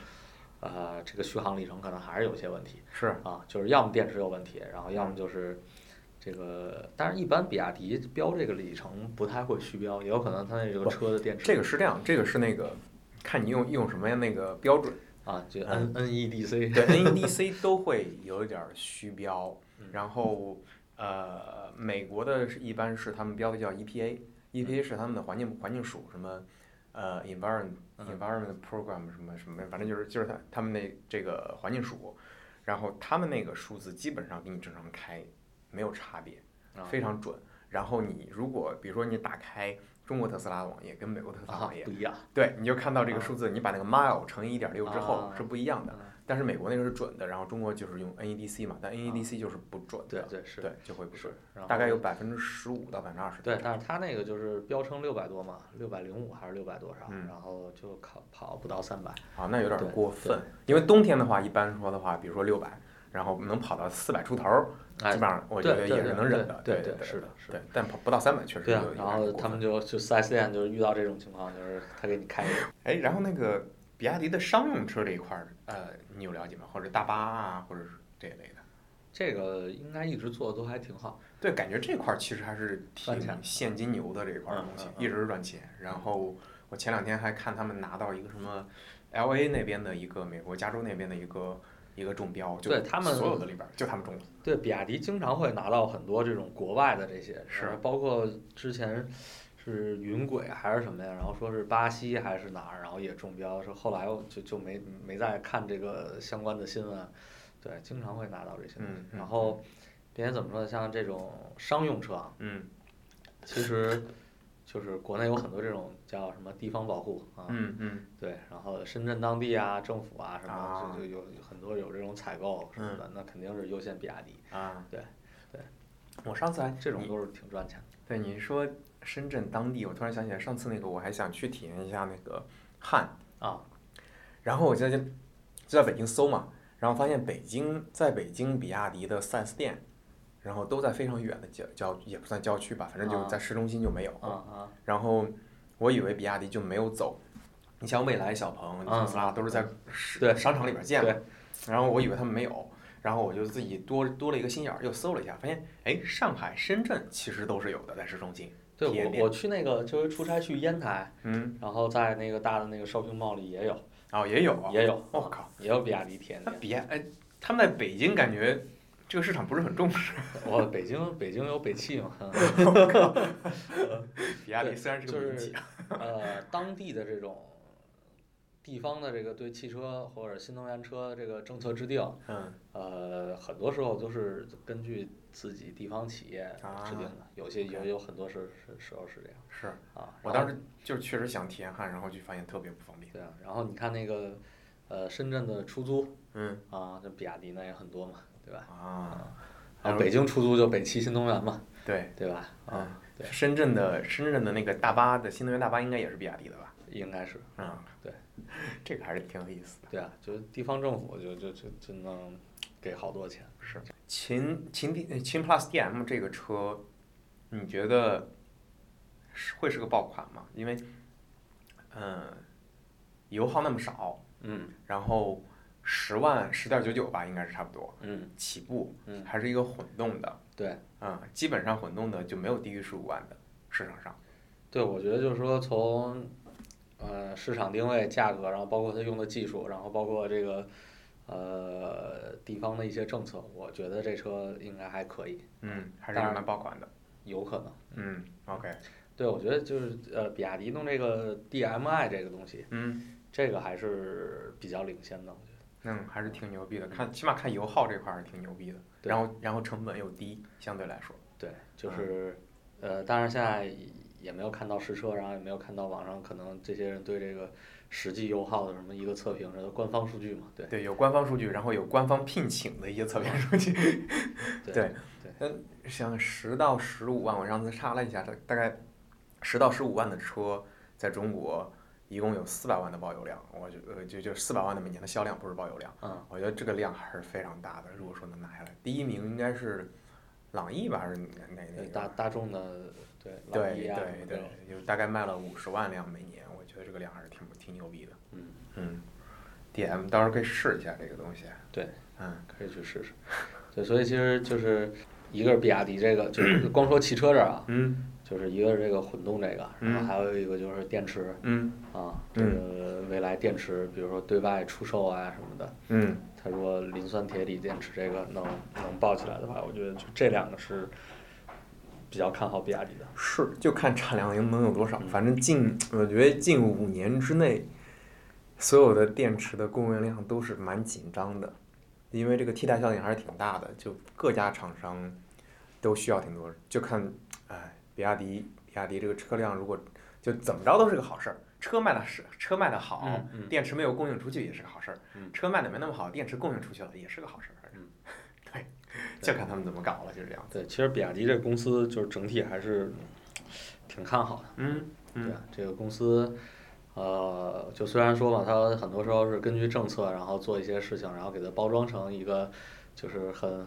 呃，这个续航里程可能还是有些问题
是嗯
啊，就是要么电池有问题，然后要么就是这个，但是一般比亚迪标这个里程不太会续标，也有可能它那个
不
车的电池
这个是这样，这个是那个看你用用什么样那个标准。
啊，就
嗯
N NEDC
对，NEDC 都会有一点儿虚标
嗯，
然后呃，美国的是一般是他们标的叫 E EPA，EPA 是他们的环境环境署什么呃 environment
嗯
environment program 什么什么，反正就是就是他他们那这个环境署，然后他们那个数字基本上跟你正常开没有差别，
啊
非常准。然后你如果比如说你打开中国特斯拉的网页跟美国特斯拉
啊
网页
不，一样，
对，你就看到这个
啊
数字，你把那个 mile 乘以一点六之后
啊
是不一样的。
嗯
但是美国那个是准的，然后中国就是用 NEDC 嘛，但 NEDC 就是不准
对
的，
对是
对，就会不准
是，，然后
大概有百分之十五到百分之二十。
对，但是它那个就是标称六百多嘛，六百零五还是六百多少，
嗯
然后就考跑不到三百，
啊，那有点
对
过分，因为冬天的话，一般说的话，比如说六百，然后能跑到四百出头儿，
哎
基本上我觉
对
得
对
也是
对
能忍
对
的。
对
对
对是的是的
对，但跑不到三百确实
对啊
有，点
然后
过
他
分
们就就四 S 店就是遇到这种情况，就是他给你开一个，
哎，然后那个比亚迪的商用车这一块儿，呃，你有了解吗？或者大巴啊，或者是这一类的。
这个应该一直做的都还挺好。
对，感觉这块儿其实还是挺
赚钱
现金流的这一块儿
嗯
东西
嗯，嗯
一直是赚钱。然后我前两天还看他们拿到一个什么 L A 那边的一个美国加州那边的一个一个中标，就
对他们
所有的里边儿就他们中了。
对，比亚迪经常会拿到很多这种国外的这些，
是
然后包括之前是云轨还是什么呀，然后说是巴西还是哪儿，然后也中标，说后来我就就没没再看这个相关的新闻。对，经常会拿到这些东西
嗯。嗯
然后，并且怎么说呢，像这种商用车啊，
嗯
其实就是国内有很多这种叫什么地方保护啊，
嗯嗯
对，然后深圳当地啊、政府啊什么
啊，嗯
就就有有很多有这种采购什么的，那肯定是优先比亚迪。
啊，
对对。
我上次还
这种
你
都是挺赚钱的。
对你说深圳当地，我突然想起来上次那个我还想去体验一下那个汉，
啊，
然后我就就就在北京搜嘛，然后发现北京在北京比亚迪的 4S 店，然后都在非常远的郊郊也不算郊区吧，反正就
啊
在市中心就没有。
啊啊，
然后我以为比亚迪就没有走，你像蔚来、小鹏、特斯拉都是在市
啊对
商场里边见
对
的，然后我以为他们没有。然后我就自己多多了一个心眼儿，又搜了一下，发现哎，上海、深圳其实都是有的，在市中心。
对
体验
我
店
我去那个这回出差去烟台，
嗯，
然后在那个大的那个 shopping mall 里也有，
哦，也有啊。
也有，
我靠，
也有比亚迪体验
那
店。
比亚哎，他们在北京感觉这个市场不是很重视。
我北京北京有北汽嘛，
比亚迪
对
虽然是个
就是
民企啊，
呃，当地的这种地方的这个对汽车或者新能源车这个政策制定，
嗯，
呃，很多时候都是根据自己地方企业制定的，有些有
OK
有很多时是时候是这样
是
啊。
我
然
当
后
时就是确实想体验汉，然后就发现特别不方便。
对啊，然后你看那个呃深圳的出租
嗯
啊，这比亚迪那也很多嘛，对吧？
啊，
然后北京出租就北汽新能源嘛，
对，嗯
对吧？啊，对
深圳的深圳的那个大巴的新能源大巴应该也是比亚迪的吧？
应该是
嗯，
对，
这个还是挺有意思的。
对啊，就是地方政府就就就就能给好多钱。
是秦秦 D 秦 Plus DM 这个车，你觉得是会是个爆款吗？因为，嗯，油耗那么少，
嗯
然后十万十点九九吧，应该是差不多
嗯
起步，
嗯，
还是一个混动的。
对。
嗯，基本上混动的就没有低于十五万的市场上。
对，我觉得就是说从，呃，市场定位、价格，然后包括它用的技术，然后包括这个，呃，地方的一些政策，我觉得这车应该还可以，
嗯，还是
当
用来
然
爆款的。
有可能。
嗯，OK，
对，我觉得就是呃，比亚迪弄这个 DMI 这个东西，
嗯
这个还是比较领先的，我觉得。
嗯，还是挺牛逼的。看，起码看油耗这块儿是挺牛逼的。
对
然后，然后成本又低，相对来说。
对，就是，呃，当然现在也没有看到实车，然后也没有看到网上可能这些人对这个实际油耗的什么一个测评，这都官方数据嘛，对
对，有官方数据，然后有官方聘请的一些测评数据。
对
嗯，像十到十五万，我上次查了一下，大大概十到十五万的车在中国一共有四百万的保有量，我觉得呃就就四百万的每年的销量，不是保有量。
嗯，
我觉得这个量还是非常大的。如果说能拿下来，第一名应该是朗逸吧，还是哪哪哪
对
个？
大大众的对朗
对
逸啊什
对
么这
对
种，，
就大概卖了五十万辆每年，我觉得这个量还是挺挺牛逼的。
嗯，
嗯，DM 到时候可以试一下这个东西。
对，
嗯，
可以去试试。对，所以其实就是一个是比亚迪这个， 就是光说汽车这儿啊，
嗯
就是一个是这个混动这个，然后
嗯
还有一个就是电池
嗯
啊，这个未来电池，比如说对外出售啊什么的，
嗯
他说磷酸铁锂电池这个能能爆起来的话，我觉得就这两个是比较看好比亚迪的。
是，就看产量能能有多少。
嗯
反正近，我觉得近五年之内，所有的电池的供应量都是蛮紧张的，因为这个替代效应还是挺大的，就各家厂商都需要挺多。就看，哎，比亚迪，比亚迪这个车辆如果就怎么着都是个好事儿，车卖的是车卖的好，
嗯嗯
电池没有供应出去也是个好事儿，
嗯
车卖的没那么好，电池供应出去了也是个好事儿。
嗯
对，就看他们怎么搞了，就是这样。
对，其实比亚迪这个公司就是整体还是挺看好的。
嗯嗯
对啊，这个公司，呃，就虽然说吧，它很多时候是根据政策，然后做一些事情，然后给它包装成一个就是很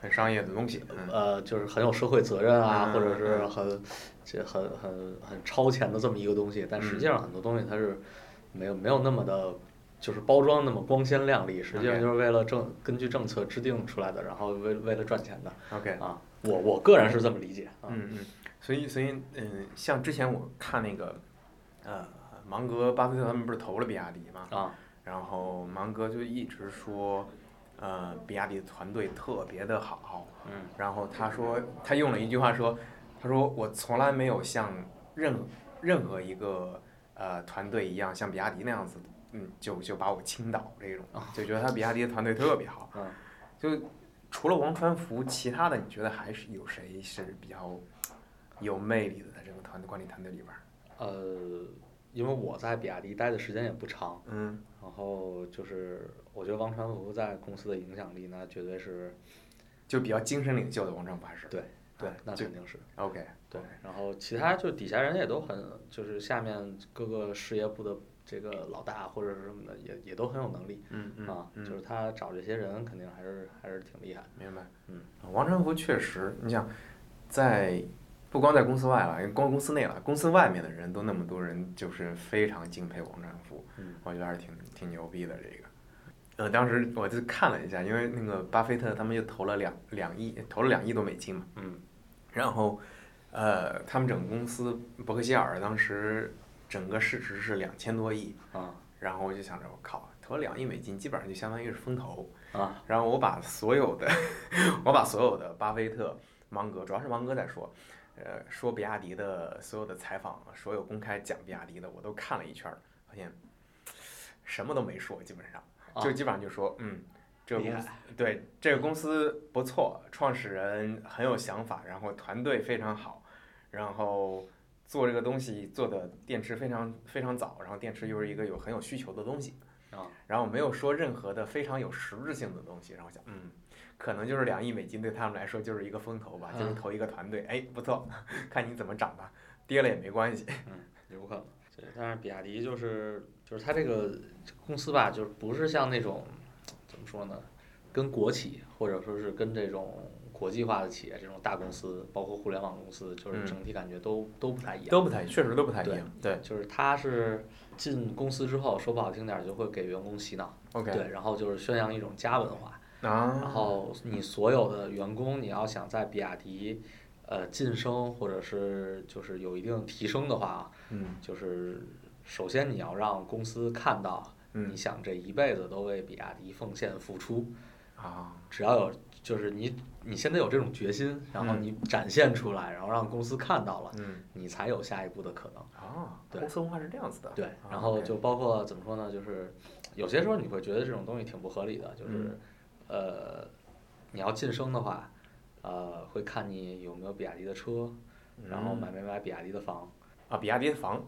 很商业的东西。嗯
呃，就是很有社会责任啊，
嗯
或者是很这很很很超前的这么一个东西，
嗯
但实际上很多东西它是没有没有那么的。就是包装那么光鲜亮丽，实际上
OK
就是为了政根据政策制定出来的，然后为为了赚钱的
OK，
啊，我我个人是这么理解啊，
嗯嗯，所以所以嗯，像之前我看那个，呃，芒格、巴菲特他们不是投了比亚迪嘛，
啊，
然后芒格就一直说，呃，比亚迪团队特别的好，
嗯
然后他说他用了一句话说，他说我从来没有像任何任何一个呃团队一样像比亚迪那样子，嗯，就就把我倾倒这种，就觉得他比亚迪的团队特别好，
哦嗯
就除了王传福，其他的你觉得还是有谁是比较有魅力的在这个团队管理团队里边儿？
呃，因为我在比亚迪待的时间也不长，
嗯
然后就是，我觉得王传福在公司的影响力那绝对是
就比较精神领袖的王传福还是啊
对对，那
就
肯定是
OK
对。然后其他就底下人也都很，就是下面各个事业部的这个老大或者是什么的，也也都很有能力
嗯嗯
啊。
嗯
就是他找这些人肯定还是还是挺厉害的。
明白。
嗯，
王传福确实，你想，在不光在公司外了，光公司内了，公司外面的人都那么多人，就是非常敬佩王传福。
嗯
我觉得还是挺挺牛逼的这个。呃，当时我就看了一下，因为那个巴菲特他们就投了两两亿，投了两亿多美金嘛。
嗯
然后，呃，他们整个公司伯克希尔当时整个市值是两千多亿，
啊
然后我就想着我靠，投两亿美金基本上就相当于是风投。
啊
然后我把所有的， 我把所有的巴菲特、芒格，主要是芒格在说，呃，说比亚迪的所有的采访，所有公开讲比亚迪的，我都看了一圈儿，发现什么都没说，基本上
啊
就基本上就说，嗯，这个
厉
公司对这个公司不错，创始人很有想法，然后团队非常好，然后。做这个东西做的电池非常非常早，然后电池又是一个有很有需求的东西，
啊！
然后没有说任何的非常有实质性的东西，然后我想，嗯，可能就是两亿美金对他们来说就是一个风投吧，就是
嗯
投一个团队，哎，不错， 看你怎么涨吧，跌了也没关系。
有可能。对，但是比亚迪就是就是它这个公司吧，就是不是像那种怎么说呢，跟国企或者说是跟这种国际化的企业这种大公司，包括互联网公司，就是
嗯
整体感觉都、都不太一样。
都不太，确实都不太
一样。
对
就是它是进公司之后，说不好听点儿就会给员工洗脑，
，OK，
对，然后就是宣扬一种家文化，然
啊，
后你所有的员工，你要想在比亚迪，呃，晋升或者是就是有一定提升的话啊，
嗯
就是首先你要让公司看到，
嗯
你想这一辈子都为比亚迪奉献付出，
啊，
只要有就是你你现在有这种决心，然后
嗯
你展现出来，然后让公司看到了，
嗯
你才有下一步的可能。
啊，
对
公司文化是这样子的。
对，
啊
然后
OK
就包括怎么说呢，就是有些时候你会觉得这种东西挺不合理的，
嗯
就是呃，你要晋升的话，呃，会看你有没有比亚迪的车，然后
嗯
买没买比亚迪的房，
啊，比亚迪的房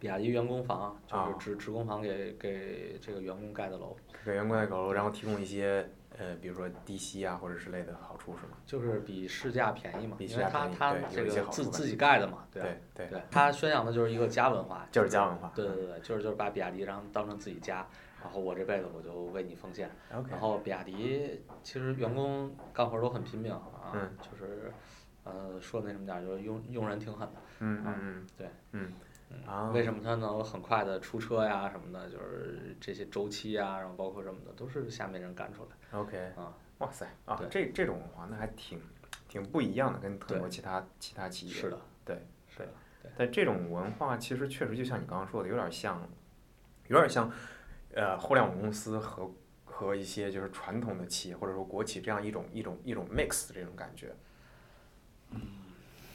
比亚迪员工房就
啊
是职职工房给给这个员工盖的楼，
给员工盖高楼，然后提供一些呃，比如说低息啊或者之类的好处是吗？
就是比市价便宜嘛，
比市
因为
价
他
便宜
他
对有一
这
些
个
好
自
处吧
自己盖的嘛，对啊
对对，
对，他宣扬的就是一个家文化，
就是家文化嗯
对对对，就是就是把比亚迪当当成自己家，然后我这辈子我就为你奉献。
，OK，
然后比亚迪其实员工干活都很拼命啊，
嗯
就是呃说那什么点儿，就是用用人挺狠的。
嗯嗯嗯，
啊对，
嗯
嗯
啊，
为什么它能很快的出车呀什么的，就是这些周期呀，然后包括什么的，都是下面人干出来的
OK，
啊。
哇塞啊
对，
这这种文化那还挺挺不一样的，跟很
对
多其他其他企业
是的，
对
是的，
但这种文化其实确实就像你刚刚说的，有点像，有点像，呃，互联网公司和和一些就是传统的企业或者说国企这样一种一种一种 mix 的这种感觉。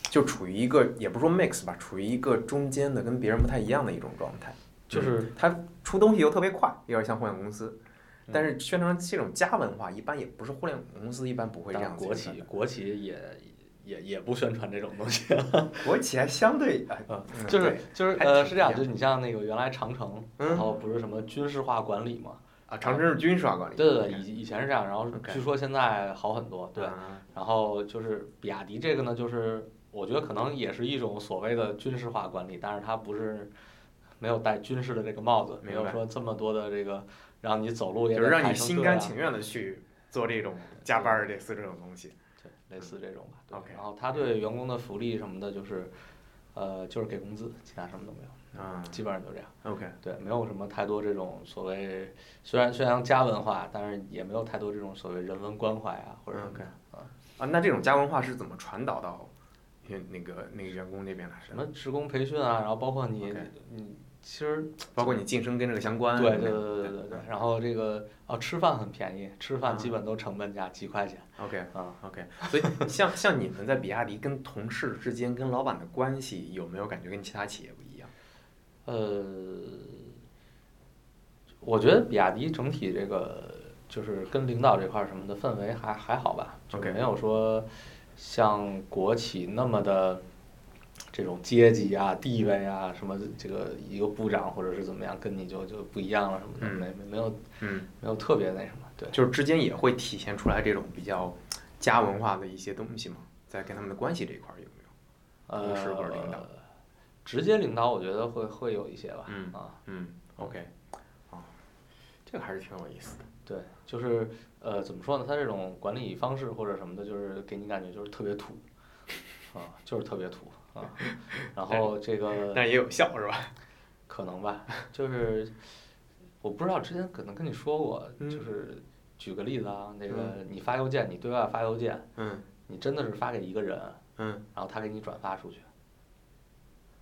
就处于一个也不是说 mix 吧，处于一个中间的跟别人不太一样的一种状态。
就是
它出东西又特别快，有点像互联网公司，
嗯
但是宣传这种家文化，一般也不是互联网公司一般不会这
当
样
然
子
国
宣
企国企也也也不宣传这种东西，
传，国企还相对啊
啊，
嗯
就是
对
就是
还
呃
挺不
是这样，
一样
就是你像那个原来长城，
嗯
然后不是什么军事化管理嘛，
啊，长征是军事化管理，
对对对，以以前是这样，然后
OK
据说现在好很多，对。
啊
然后就是比亚迪这个呢，就是我觉得可能也是一种所谓的军事化管理，但是它不是没有戴军事的这个帽子，没
明
有
白
说这么多的这个让你走路也
就
得
是让
排
你
成
心
队
甘
啊
情愿的去做这种加班儿类似这种东西。
对类似这种吧。对
OK
然后他对员工的福利什么的，就是呃就是给工资，其他什么都没有，
啊
基本上就这样。
，OK，
对，没有什么太多这种所谓虽然宣扬家文化，但是也没有太多这种所谓人文关怀啊或者什么
嗯
的
OK
啊。
啊，那这种家文化是怎么传导到员那个那个员工这边来
什
的？
么职工培训啊，然后包括你
OK
你其实
包括你晋升跟这个相关
对
什么
对
的。
对对对对对，嗯然后这个哦吃饭很便宜，吃饭基本都成本价几块钱
OK，
啊，
OK，所以像像你们在比亚迪跟同事之间、跟老板的关系，有没有感觉跟其他企业不一样？
呃，我觉得比亚迪整体这个就是跟领导这块儿什么的氛围还还好吧，就
OK
没有说像国企那么的。这种阶级啊、地位啊，什么这个一个部长或者是怎么样，跟你就就不一样了什么的，
嗯
没没没有
嗯，
没有特别那什么，对。
就是之间也会体现出来这种比较家文化的一些东西嘛，在跟他们的关系这一块儿有没有？
呃
同事或者领导
直接领导我觉得会会有一些吧，
嗯
啊，
嗯，OK，哦，这个还是挺有意思的。
对，就是呃怎么说呢，他这种管理方式或者什么的，就是给你感觉就是特别土，啊，就是特别土啊，然后这个
但也有效是吧？
可能吧，就是我不知道之前可能跟你说过，
嗯
就是举个例子啊，那个你发邮件，你对外发邮件，
嗯
你真的是发给一个人，
嗯，
然后他给你转发出去。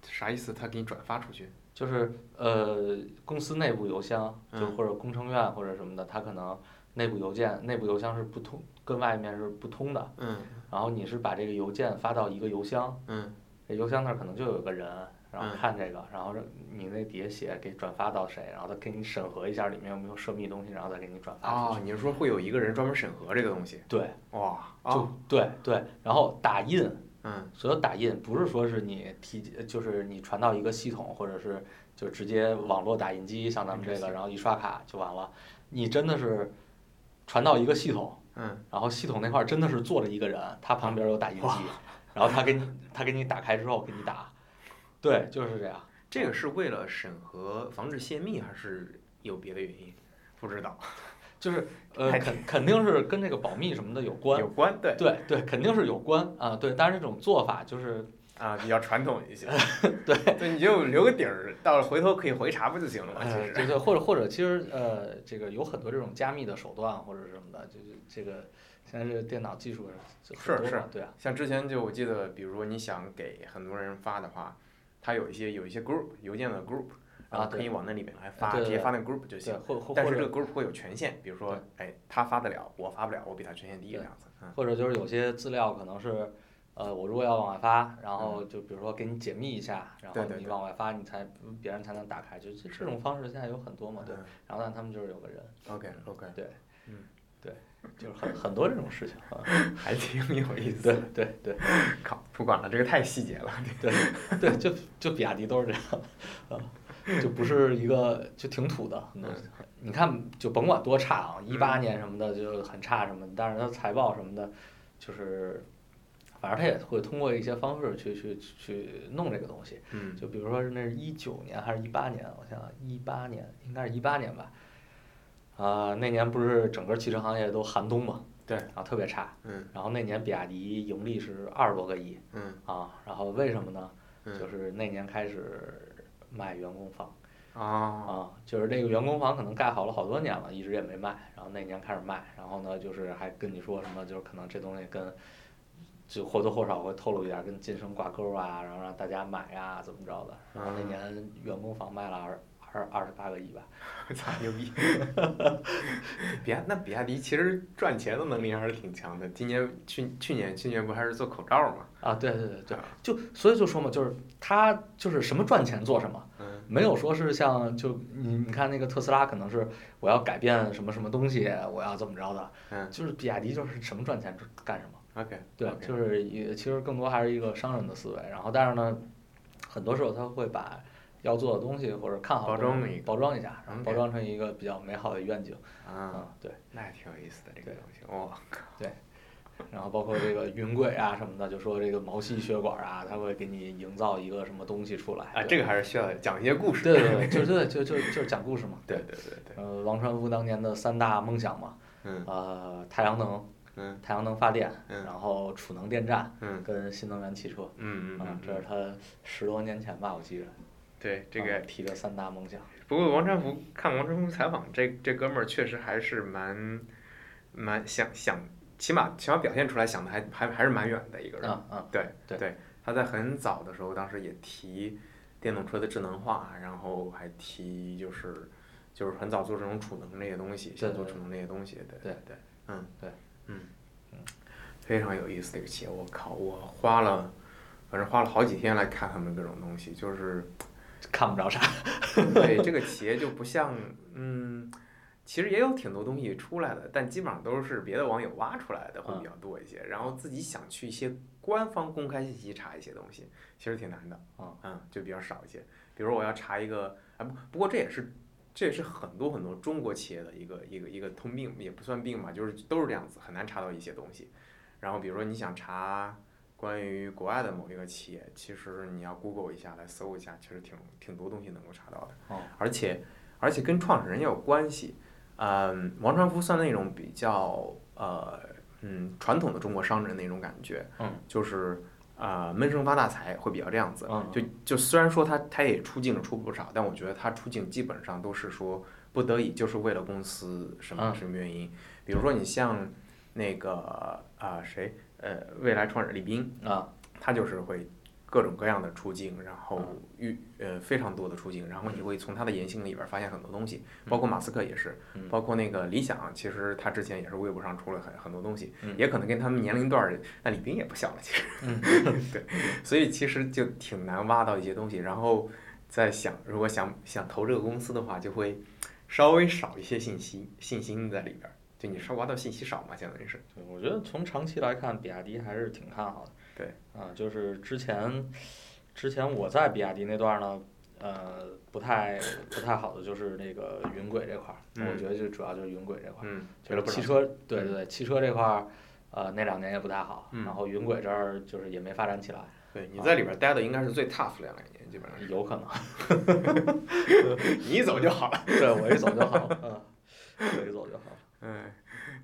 啥意思？他给你转发出去？
就是呃，公司内部邮箱，就
嗯
或者工程院或者什么的，它可能内部邮件、内部邮箱是不通，跟外面是不通的。
嗯
然后你是把这个邮件发到一个邮箱，
嗯
这邮箱那儿可能就有个人，然后
嗯
看这个，然后你那底下写给转发到谁，然后他给你审核一下里面有没有涉密东西，然后再给你转发出
哦
去。，
你是说会有一个人专门审核这个东西？
对，
哇，
就
哦，
对对，然后打印，
嗯
所有打印不是说是你提，就是你传到一个系统，或者是就直接网络打印机，像咱
嗯
们这个，然后一刷卡就完了。你真的是传到一个系统，
嗯，
然后系统那块儿真的是坐着一个人，他旁边有打印机，然后他给你他给你打开之后给你打，对，就是这样。
这个是为了审核防止泄密，还是有别的原因？不知道。
就是呃，
太
肯肯定是跟这个保密什么的有关
有，关，对
对对，肯定是有关啊，对。但是这种做法就是
啊，比较传统一些。 对，对，你就留个底儿，到了回头可以回查不就行了吗？其
呃，
实，
对对，或者或者其实呃，这个有很多这种加密的手段或者什么的，就是这个现在这个电脑技术是很
是
多
是
嘛，对啊，
像之前就我记得，比如说你想给很多人发的话，它有一些有一些 group 邮件的 group，然
啊
后
对啊
可以往那里面来发，
对对
直接
对
发那 group 就
对，
行。
或或
但
或
是这
者
个 group 会有权限，比如说，哎，他发得了，我发不了，我比他权限低这样子。嗯
或者就是有些资料可能是。呃，我如果要往外发，然后就比如说给你解密一下，然
嗯
后
对对
你
对
往外发，你才别人才能打
嗯
开，就这这种方式现在有很多嘛，对。然后但他们就是有个人，
，OK OK，
对，
嗯，
就是很很多这种事情啊。
还挺有意思
对
的。
对对
靠，不管了，这个太细节了。
对，就就比亚迪都是这样啊，就不是一个就挺土的很多。你看，就甭管多差啊，一八年什么的就很差什么的，但是它财报什么的，就是反正它也会通过一些方式去去去弄这个东西。
嗯
就比如说是那是一九年还是一八年？我想想，一八年应该是一八年吧。啊、那年不是整个汽车行业都寒冬嘛？
对
然后特别差。
嗯
然后那年比亚迪盈利是二十多个亿
嗯
啊，然后为什么呢？就
嗯
是那年开始卖员工房
啊
啊，就是这个员工房可能盖好了好多年了，一直也没卖，然后那年开始卖，然后呢，就是还跟你说什么，就是可能这东西跟就或多或少会透露一点跟晋升挂钩啊，然后让大家买呀、怎么着的，然后那
嗯
年员工房卖了二二二十八个亿吧，
我 操，牛逼！比亚那比亚迪其实赚钱的能力还是挺强的。今年去去年去年不还是做口罩嘛？
啊，对对对对
啊，
就所以就说嘛，就是他就是什么赚钱做什么。
嗯
没有说是像就你你看那个特斯拉可能是我要改变什么什么东西，我要怎么着的，
嗯
就是比亚迪就是什么赚钱就干什么，
，OK，
对
OK
就是也其实更多还是一个商人的思维，然后但是呢，很多时候他会把要做的东西或者看好
包
的
装
东西
一个
包装一下，然后
OK
包装成一个比较美好的愿景，
啊，
嗯，对，
那还挺有意思的这个
对
东西。哇，
然后包括这个云轨啊什么的，就说这个毛细血管啊，它会给你营造一个什么东西出来
啊，这个还是需要讲一些故事。
对对对，就是对，就就就是讲故事嘛，
对对对对，
呃，王传福当年的三大梦想嘛，
嗯
呃，太阳能、
嗯
太阳能发电，
嗯
然后储能电站
嗯
跟新能源汽车，
嗯嗯
啊
嗯，，
这是他十多年前吧，我记着
对这
啊
个
提的三大梦想。
不过王传福看王传福采访，这这哥们儿确实还是蛮蛮想想，起码起码表现出来想的还还还是蛮远的一个人。
啊啊，
对
对
他在很早的时候，当时也提电动车的智能化，然后还提就是就是很早做这种储能这些东西，想
对
做
对
储能这些东西。对
对
对，嗯
对
嗯非常有意思的一个企业，我靠，我花了反正花了好几天来看他们各种东西，就是。
看不着啥。
对这个企业就不像，嗯，其实也有挺多东西出来的，但基本上都是别的网友挖出来的会比较多一些，然后自己想去一些官方公开信息查一些东西，其实挺难的，
啊
嗯，就比较少一些。比如我要查一个，啊不，不过这也是。这也是很多很多中国企业的一个一个一个通病，也不算病吧，就是都是这样子，很难查到一些东西。然后比如说你想查关于国外的某一个企业，其实你要 Google 一下来搜一下，其实挺挺多东西能够查到的。
哦
而且而且跟创始人也有关系。嗯，王传福算那种比较呃嗯传统的中国商人那种感觉，
嗯，
就是啊、呃闷声发大财会比较这样子。
嗯
就就虽然说他他也出镜了出不少，但我觉得他出镜基本上都是说不得已，就是为了公司什么
嗯
什么原因。比如说你像那个啊、谁呃未来创始人李斌，
啊，
他就是会各种各样的出镜，然后
嗯
遇呃非常多的出镜，然后你会从他的言行里边儿发现很多东西，包括马斯克也是，
嗯
包括那个理想，其实他之前也是微博上出了很很多东西，
嗯
也可能跟他们年龄段儿，那李斌也不小了，其实，
嗯
对，所以其实就挺难挖到一些东西，然后再想如果想想投这个公司的话，就会稍微少一些信息信心在里边儿，就你稍挖到信息少嘛，相当于是，
对我觉得从长期来看，比亚迪还是挺看好的。
对。
啊，就是之前，之前我在比亚迪那段呢，呃，不太不太好的就是那个云轨这块儿，
嗯
我觉得就主要就是云轨这块儿。
嗯，
就是
不少
汽车，对对对，汽车这块儿，呃，那两年也不太好，
嗯
然后云轨这儿就是也没发展起来，
对，你在里边儿待的应该是最 tough 的两年，基本上是。
有可能，
你一走就好 了。
对我一走就好了，嗯，我一走就好了。
嗯，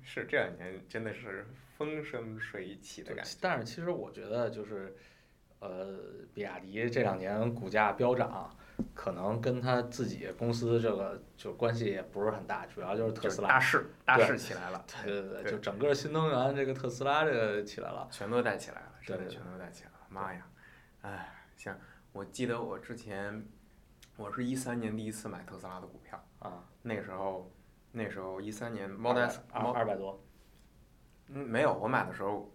是这两年真的是风生水起的
对
感觉。，
但是其实我觉得就是，呃，比亚迪这两年股价飙涨，可能跟他自己公司这个就关系也不是很大，主要就是特
就是
斯
大
拉，
势，大
对
势起来了，
对对对，
对
就整个新能源这个特斯拉这个起来了，
全都带起来了，
对
真的
对
全都带起来了。妈呀，哎，像我记得我之前，我是一三年第一次买特斯拉的股票，
啊，
那时候，那时候一三年 Model S，
二
Mo-
二百多，
嗯，没有，我买的时候，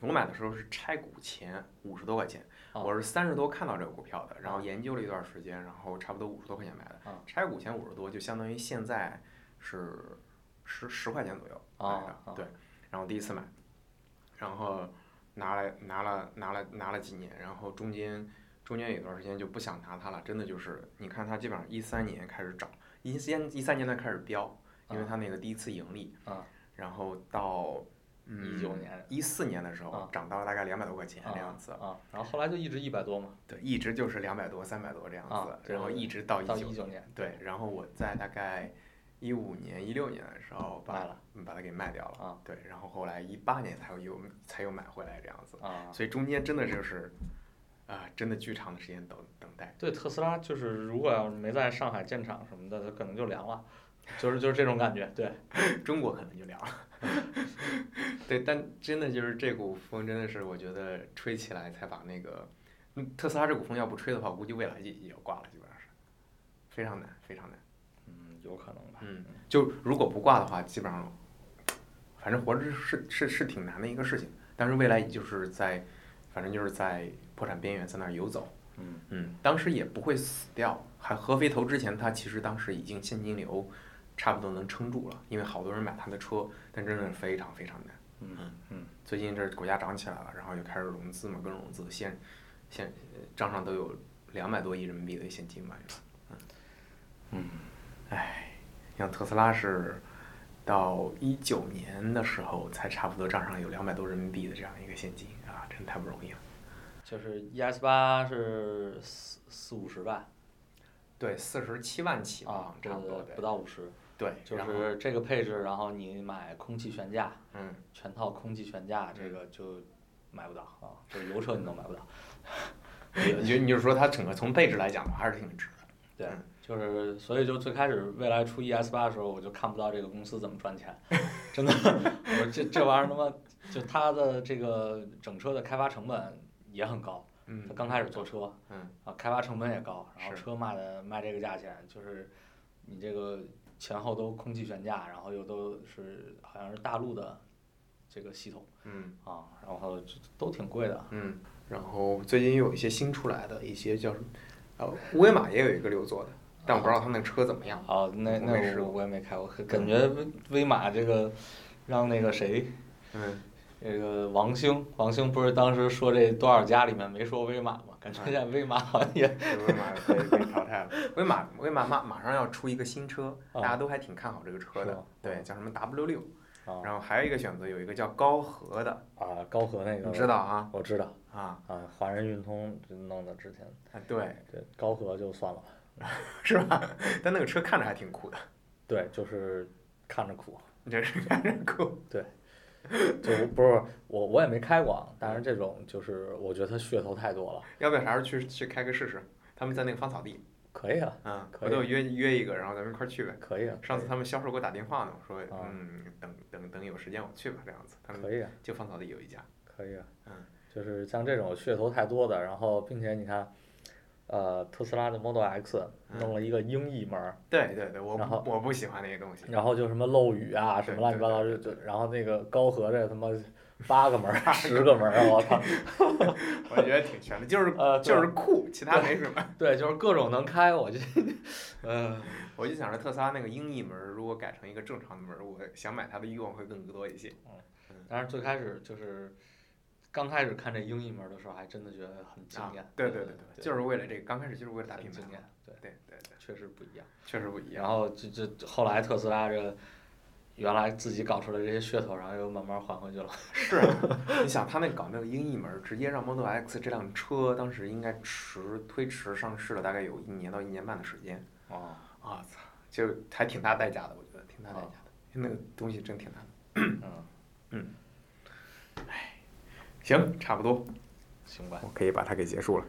我买的时候是拆股前五十多块钱，
哦
我是三十多看到这个股票的，然后
哦
研究了一段时间，然后差不多五十多块钱买的
哦，
拆股前五十多就相当于现在是十十块钱左右
哦
买的，
哦
对，然后第一次买，然后拿来拿了拿了拿了几年，然后中间中间有段时间就不想拿它了，真的就是你看它基本上一三年开始涨，一三一三年它开始飙，因为
啊
它那个第一次盈利，
啊
然后到嗯
19年
一四年的时候、
啊
涨到大概两百多块钱
啊
这样子，
啊，然后后来就一直一百多嘛，
对，一直就是两百多三百多这样子，
啊对
然后
对
一直到一
到
九
一九年
对，然后我在大概一五年、一六年的时候把
卖了
嗯把它给卖掉了。
啊
对，然后后来一八年才又才又买回来这样子，
啊。
所以中间真的就是啊、真的巨长的时间等等待。
对特斯拉，就是如果要是没在上海建厂什么的，它可能就凉了，就是就是这种感觉。对，
中国可能就凉了， 对，但真的就是这股风，真的是我觉得吹起来才把那个嗯特斯拉这股风要不吹的话，估计未来也也要挂了，基本上是非常难，非常难。
嗯，有可能吧。
嗯，就如果不挂的话，基本上，反正活着是是是挺难的一个事情。但是未来就是在，反正就是在破产边缘，在那儿游走。
嗯
嗯，当时也不会死掉，还合肥投之前，他其实当时已经现金流差不多能撑住了，因为好多人买他的车，但真的是非常非常难。
嗯嗯
最近这国家涨起来了，然后又开始融资嘛，各种融资，现现呃账上都有两百多亿人民币的现金吧，有
嗯，
唉，像特斯拉是到一九年的时候才差不多账上有两百多人民币的这样一个现金啊，真太不容易了。
就是 ES 八是四四五十吧，
对，四十七万起
啊
吧，，
对
差不多
对，不到五十，
对，
就
然后
是这个配置，然后你买空气悬架，
嗯，
全套空气悬架这个就买不到啊，这油车你都买不到。
你就你就说它整个从配置来讲的话，还是挺值的。
对
嗯，
就是所以就最开始未来出 ES 八的时候，我就看不到这个公司怎么 赚钱，真的， 我说这这玩意儿他妈就它的这个整车的开发成本也很高，
嗯
它，刚开始做车，
嗯，
啊，开发成本也高，然后
是
车卖的卖这个价钱，就是你这个前后都空气悬架，然后又都是好像是大陆的这个系统
嗯
啊，然后就都挺贵的，
嗯，然后最近又有一些新出来的一些叫什么，呃，威马也有一个六座的，但我不知道它那个车怎么样。
哦，那
我没试
那我
过
我也没开过，感觉威威马这个让那个谁。
嗯，
这个王兴，王兴不是当时说这多少家里面没说威马吗？感觉
哎
现在威马好像也
威马被被淘汰了。哦威马威马马马上要出一个新车，
啊
大家都还挺看好这个车
是
的
吗。
对，叫什么 W 六。
啊
然后还有一个选择，有一个叫高和的，
啊高和那个
你知道啊
我知道
啊，
啊，华人运通就弄的之前，
啊对，
这高和就算了吧，
是吧？但那个车看着还挺酷的，
对，就是看着苦，
你这是看着酷，
就我不是我我也没开过啊，但是这种就是我觉得它噱头太多了，
要不要啥时候去去开个试试？他们在那个芳草地，
可以啊，
啊，回
可以
头约约一个，然后咱们一块儿去呗。
可以啊，
上次他们销售给我打电话呢，我说
啊
嗯，等等等有时间我去吧，这样子。他
可
们
以啊，
就芳草地有一家，
可以啊，
嗯，
就是像这种噱头太多的，然后并且你看，呃，特斯拉的 Model X
嗯
弄了一个英译门儿。
对对对，我
然后
不我不喜欢那些东 西，
然后就什么漏雨啊，什么
对
乱七八糟，就
对
就然后那个高和这他妈八个门儿、啊十个门儿，我 操！
我觉得挺全的，就是
呃对
就是酷，其他没什么。
对，就是各种能开，我就，嗯，
我就想着特斯拉那个英译门儿如果改成一个正常的门儿，我想买它的欲望会更多一些。
但是最开始就是刚开始看这英译门的时候，还真的觉得很惊
啊
艳。，
对
对
对对，就是为了这个，刚开始就是为了打
很
品牌
惊
嘛
艳，，对，
对对对，
确实不一样。
确实不一样。
然后这这这后来特斯拉这原来自己搞出来这些噱头，然后又慢慢还回去了。
是啊，你想他那搞那个英译门儿，直接让 Model X 这辆车当时应该迟推迟上市了，大概有一年到一年半的时间。
哦，
啊操，就还挺大代价的，我觉得挺大代价的，因为那个东西真挺难的。
嗯，
行，差不多，
行吧，
我可以把它给结束了。